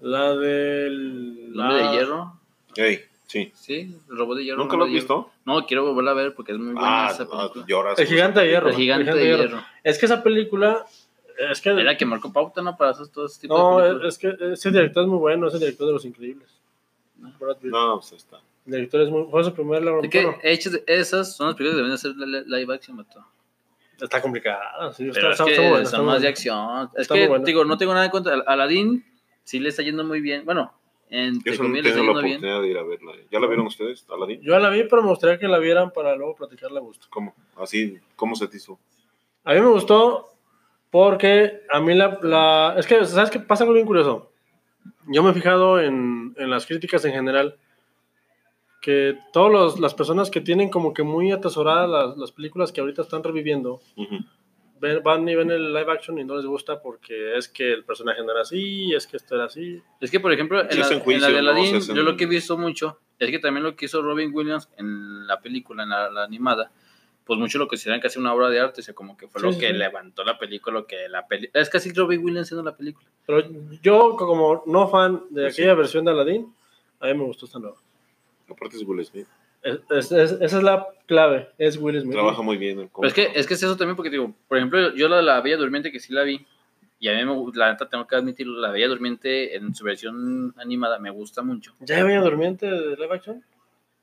[SPEAKER 2] La del.
[SPEAKER 4] ¿El hombre
[SPEAKER 2] la-
[SPEAKER 4] de hierro?
[SPEAKER 3] Ey, sí.
[SPEAKER 4] Sí, el robot de hierro.
[SPEAKER 3] ¿Nunca
[SPEAKER 4] el
[SPEAKER 3] lo has
[SPEAKER 4] hombre de hierro.
[SPEAKER 3] visto?
[SPEAKER 4] No, quiero volverla a ver porque es muy buena
[SPEAKER 3] Ah,
[SPEAKER 4] esa
[SPEAKER 3] ah,
[SPEAKER 4] película.
[SPEAKER 3] lloras.
[SPEAKER 2] El gigante de hierro.
[SPEAKER 4] el gigante
[SPEAKER 2] El
[SPEAKER 4] de hierro.
[SPEAKER 2] Es que esa película. Es que.
[SPEAKER 4] Era la que marcó pauta, ¿no? Para esos, todos esos tipos
[SPEAKER 2] No,
[SPEAKER 4] de
[SPEAKER 2] es,
[SPEAKER 4] películas.
[SPEAKER 2] es que ese director es muy bueno, es el director de Los Increíbles. Brad Pitt.
[SPEAKER 3] No, pues ahí está.
[SPEAKER 2] El director es muy. Fue su primer labor.
[SPEAKER 4] Ah. Es que eh, hechas de- esas son las películas que deben hacer li- li- live action, vato.
[SPEAKER 2] Está complicada. Sí,
[SPEAKER 4] Pero
[SPEAKER 2] está, está-
[SPEAKER 4] es que
[SPEAKER 2] está muy buena,
[SPEAKER 4] son
[SPEAKER 2] está
[SPEAKER 4] más
[SPEAKER 2] muy
[SPEAKER 4] de
[SPEAKER 2] buena.
[SPEAKER 4] acción. Es
[SPEAKER 2] Está muy
[SPEAKER 4] que,
[SPEAKER 2] buena.
[SPEAKER 4] digo, no tengo nada en contra. Al- Aladdin sí le está yendo muy bien. Bueno, entre
[SPEAKER 3] Yo solo
[SPEAKER 4] comillas le está
[SPEAKER 3] tengo la
[SPEAKER 4] yendo bien.
[SPEAKER 3] oportunidad de ir a verla. ¿Ya la vieron ustedes, Aladín?
[SPEAKER 2] Yo la vi, pero me gustaría que la vieran para luego platicarla a gusto.
[SPEAKER 3] ¿Cómo? Así, ¿cómo se te hizo?
[SPEAKER 2] A mí me gustó porque a mí la... la- es que, ¿sabes qué? Pasa algo bien curioso. Yo me he fijado en, en las críticas en general que todas las personas que tienen como que muy atesoradas las, las películas que ahorita están reviviendo,
[SPEAKER 3] Ujú.
[SPEAKER 2] ven- van y ven el live action y no les gusta porque es que el personaje no era así, es que esto era así.
[SPEAKER 4] Es que, por ejemplo, en,
[SPEAKER 3] Se
[SPEAKER 4] la,
[SPEAKER 3] hacen
[SPEAKER 4] en la
[SPEAKER 3] juicios,
[SPEAKER 4] de
[SPEAKER 3] ¿no?
[SPEAKER 4] Aladdin,
[SPEAKER 3] Se hacen-
[SPEAKER 4] yo lo que he visto mucho es que también lo que hizo Robin Williams en la película, en la, la animada, pues muchos lo consideran casi una obra de arte, o sea, como que fue
[SPEAKER 2] Sí,
[SPEAKER 4] lo
[SPEAKER 2] sí,
[SPEAKER 4] que
[SPEAKER 2] sí.
[SPEAKER 4] levantó la película, lo que la peli Es casi Robin Williams haciendo la película.
[SPEAKER 2] Pero yo como no fan de
[SPEAKER 3] Pues sí.
[SPEAKER 2] aquella versión de Aladdin, a mí me gustó esta nueva.
[SPEAKER 3] Aparte es Will Smith.
[SPEAKER 2] Es- es- es- esa es la clave, es Will Smith.
[SPEAKER 3] Trabaja muy bien. ¿eh? el
[SPEAKER 4] Pero es que, es que es eso también, porque digo, por ejemplo, yo la de la Bella Durmiente que sí la vi, y a mí, me, gu- la neta, tengo que admitir, la Bella Durmiente en su versión animada me gusta mucho.
[SPEAKER 2] ¿Ya había Durmiente de live action?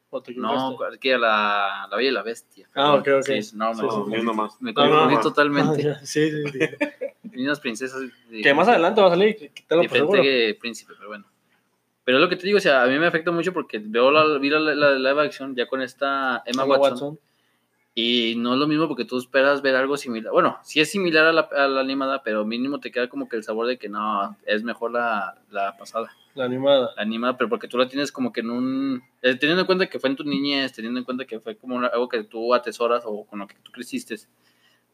[SPEAKER 2] ¿O te
[SPEAKER 4] No,
[SPEAKER 2] equivocaste?
[SPEAKER 4] que era la, la Bella y la Bestia.
[SPEAKER 2] Ah, ok, ok.
[SPEAKER 4] Sí, no, me,
[SPEAKER 2] Sí, sí, sí.
[SPEAKER 3] No, ni una más.
[SPEAKER 4] me
[SPEAKER 2] No, no,
[SPEAKER 4] confundí
[SPEAKER 2] no.
[SPEAKER 4] totalmente.
[SPEAKER 2] Ah, ya, sí, sí, sí.
[SPEAKER 4] Y unas princesas. de-
[SPEAKER 2] que más adelante va a salir, que- que te lo por
[SPEAKER 4] Diferente
[SPEAKER 2] seguro.
[SPEAKER 4] que príncipe, pero bueno. Pero es lo que te digo, o sea, a mí me afecta mucho porque veo la, vi la, la- la live action ya con esta Emma,
[SPEAKER 2] Emma
[SPEAKER 4] Watson,
[SPEAKER 2] Watson.
[SPEAKER 4] y no es lo mismo porque tú esperas ver algo similar. Bueno, sí es similar a la, a la animada, pero mínimo te queda como que el sabor de que no, es mejor la, la pasada,
[SPEAKER 2] la animada.
[SPEAKER 4] la animada, pero porque tú la tienes como que en un... eh, Teniendo en cuenta que fue en tu niñez, teniendo en cuenta que fue como una- algo que tú atesoras o con lo que tú creciste,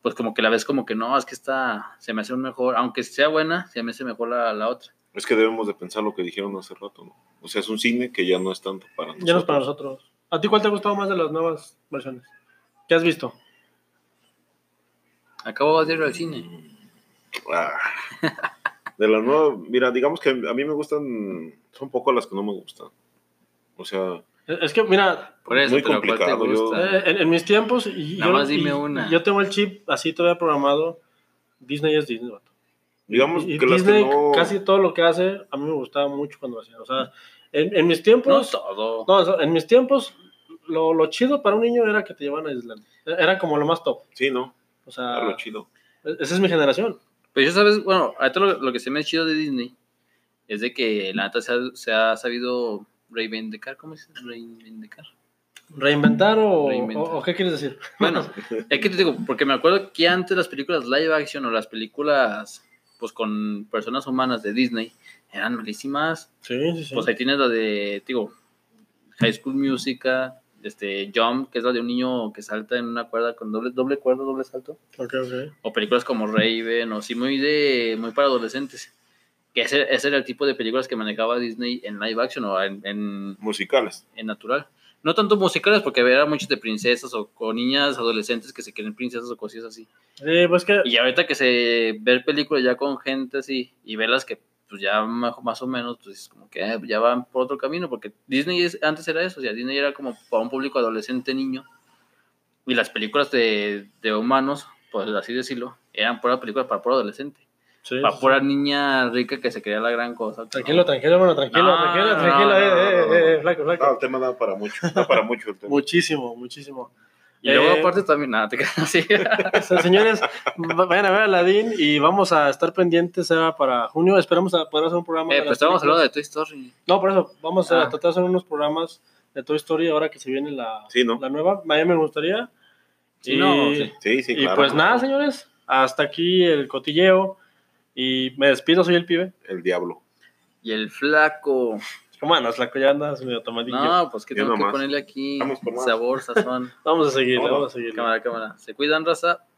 [SPEAKER 4] pues como que la ves como que no, es que esta se me hace un mejor, aunque sea buena, se me hace mejor la, la otra.
[SPEAKER 3] Es que debemos de pensar lo que dijeron hace rato, ¿no? O sea, es un cine que ya no es tanto para nosotros.
[SPEAKER 2] Ya no es para nosotros. ¿A ti cuál te ha gustado más de las nuevas versiones? ¿Qué has visto?
[SPEAKER 4] Acabo de ir al cine.
[SPEAKER 3] Mm, Ah. De la nueva, mira, digamos que a mí me gustan, son poco las que no me gustan. O sea,
[SPEAKER 2] Es es que, mira,
[SPEAKER 4] Por eso,
[SPEAKER 3] Muy
[SPEAKER 4] pero ¿cuál te
[SPEAKER 3] complicado, yo-
[SPEAKER 4] gusta?
[SPEAKER 2] eh, en, en mis tiempos. Y, y
[SPEAKER 4] Nada
[SPEAKER 2] yo,
[SPEAKER 4] más dime
[SPEAKER 2] y-
[SPEAKER 4] una.
[SPEAKER 2] Yo tengo el chip así todavía programado. Disney es Disney, vato.
[SPEAKER 3] digamos
[SPEAKER 2] Y- y
[SPEAKER 3] que las que
[SPEAKER 2] Disney,
[SPEAKER 3] no...
[SPEAKER 2] casi todo lo que hace, a mí me gustaba mucho cuando hacía. O sea, en, en mis
[SPEAKER 4] No
[SPEAKER 2] tiempos.
[SPEAKER 4] todo.
[SPEAKER 2] No, eso, en mis tiempos, lo, lo chido para un niño era que te llevaban a Islandia. Era como lo más top.
[SPEAKER 3] Sí, ¿no?
[SPEAKER 2] O
[SPEAKER 3] Era lo
[SPEAKER 2] sea, e,
[SPEAKER 3] chido.
[SPEAKER 2] esa es mi generación.
[SPEAKER 4] Pero yo Pues sabes, bueno, ahorita lo, lo que se me ha chido de Disney es de que la neta se ha, se ha sabido reivindicar, ¿cómo se dice? Reivindicar.
[SPEAKER 2] ¿Reinventar o,
[SPEAKER 4] Reinventar.
[SPEAKER 2] o- o qué quieres decir?
[SPEAKER 4] Bueno, es que te digo, porque me acuerdo que antes las películas live action o las películas pues con personas humanas de Disney eran malísimas.
[SPEAKER 2] Sí, sí, sí.
[SPEAKER 4] Pues ahí tienes la de, te digo, High School Musical, este Jump, que es la de un niño que salta en una cuerda con doble, doble cuerda, doble salto.
[SPEAKER 2] Ok, ok.
[SPEAKER 4] o películas como Raven, o sí, muy de muy para adolescentes. Que ese, ese era el tipo de películas que manejaba Disney en live action o en, en-
[SPEAKER 3] Musicales.
[SPEAKER 4] en natural. No tanto musicales, porque era muchos de princesas o, o niñas adolescentes que se quieren princesas o cosillas así.
[SPEAKER 2] Sí, pues que
[SPEAKER 4] Y ahorita que se ver películas ya con gente así y verlas que pues ya ma- más o menos pues es como que eh, ya van por otro camino porque Disney es- antes era eso, o sea, Disney era como para un público adolescente niño y las películas de, de humanos, por así decirlo, eran pura películas para pura adolescente,
[SPEAKER 2] sí,
[SPEAKER 4] para
[SPEAKER 2] sí.
[SPEAKER 4] pura niña rica que se creía la gran cosa.
[SPEAKER 2] Tranquilo, tranquilo, hermano, tranquilo,
[SPEAKER 4] No,
[SPEAKER 2] tranquilo,
[SPEAKER 4] no,
[SPEAKER 2] tranquilo.
[SPEAKER 4] no, Ah,
[SPEAKER 2] eh,
[SPEAKER 3] no,
[SPEAKER 2] eh,
[SPEAKER 3] no,
[SPEAKER 2] eh,
[SPEAKER 3] no.
[SPEAKER 2] flaco, flaco.
[SPEAKER 3] No, el tema da para mucho. Da para mucho el tema.
[SPEAKER 2] Muchísimo, muchísimo.
[SPEAKER 4] Y luego
[SPEAKER 2] Eh,
[SPEAKER 4] aparte también nada, te quedas así. Eh,
[SPEAKER 2] O sea, señores, va- vayan a ver a Aladdin y vamos a estar pendientes Seba, para junio. Esperamos a poder hacer un programa.
[SPEAKER 4] Eh,
[SPEAKER 2] de
[SPEAKER 4] pues
[SPEAKER 2] las
[SPEAKER 4] estábamos
[SPEAKER 2] películas.
[SPEAKER 4] hablando de Toy Story.
[SPEAKER 2] No, por eso, vamos a
[SPEAKER 4] Ah.
[SPEAKER 2] tratar de hacer unos programas de Toy Story ahora que se viene la,
[SPEAKER 3] Sí, ¿no?
[SPEAKER 2] la nueva. A mí me gustaría.
[SPEAKER 4] Sí,
[SPEAKER 2] y
[SPEAKER 4] no, sí.
[SPEAKER 3] Sí, sí,
[SPEAKER 2] y
[SPEAKER 3] claro.
[SPEAKER 2] pues nada, señores, hasta aquí el cotilleo. Y me despido, soy el pibe.
[SPEAKER 3] El diablo.
[SPEAKER 4] Y el flaco.
[SPEAKER 2] ¿Cómo andas, la ya andas medio tomadillo.
[SPEAKER 4] No, pues que
[SPEAKER 3] Yo
[SPEAKER 4] tengo que
[SPEAKER 3] nomás.
[SPEAKER 4] ponerle aquí
[SPEAKER 3] Vamos por más.
[SPEAKER 4] sabor, sazón.
[SPEAKER 2] Vamos a seguir,
[SPEAKER 4] Oh,
[SPEAKER 3] No, no.
[SPEAKER 2] vamos a seguir.
[SPEAKER 4] Cámara, cámara. Se cuidan, raza.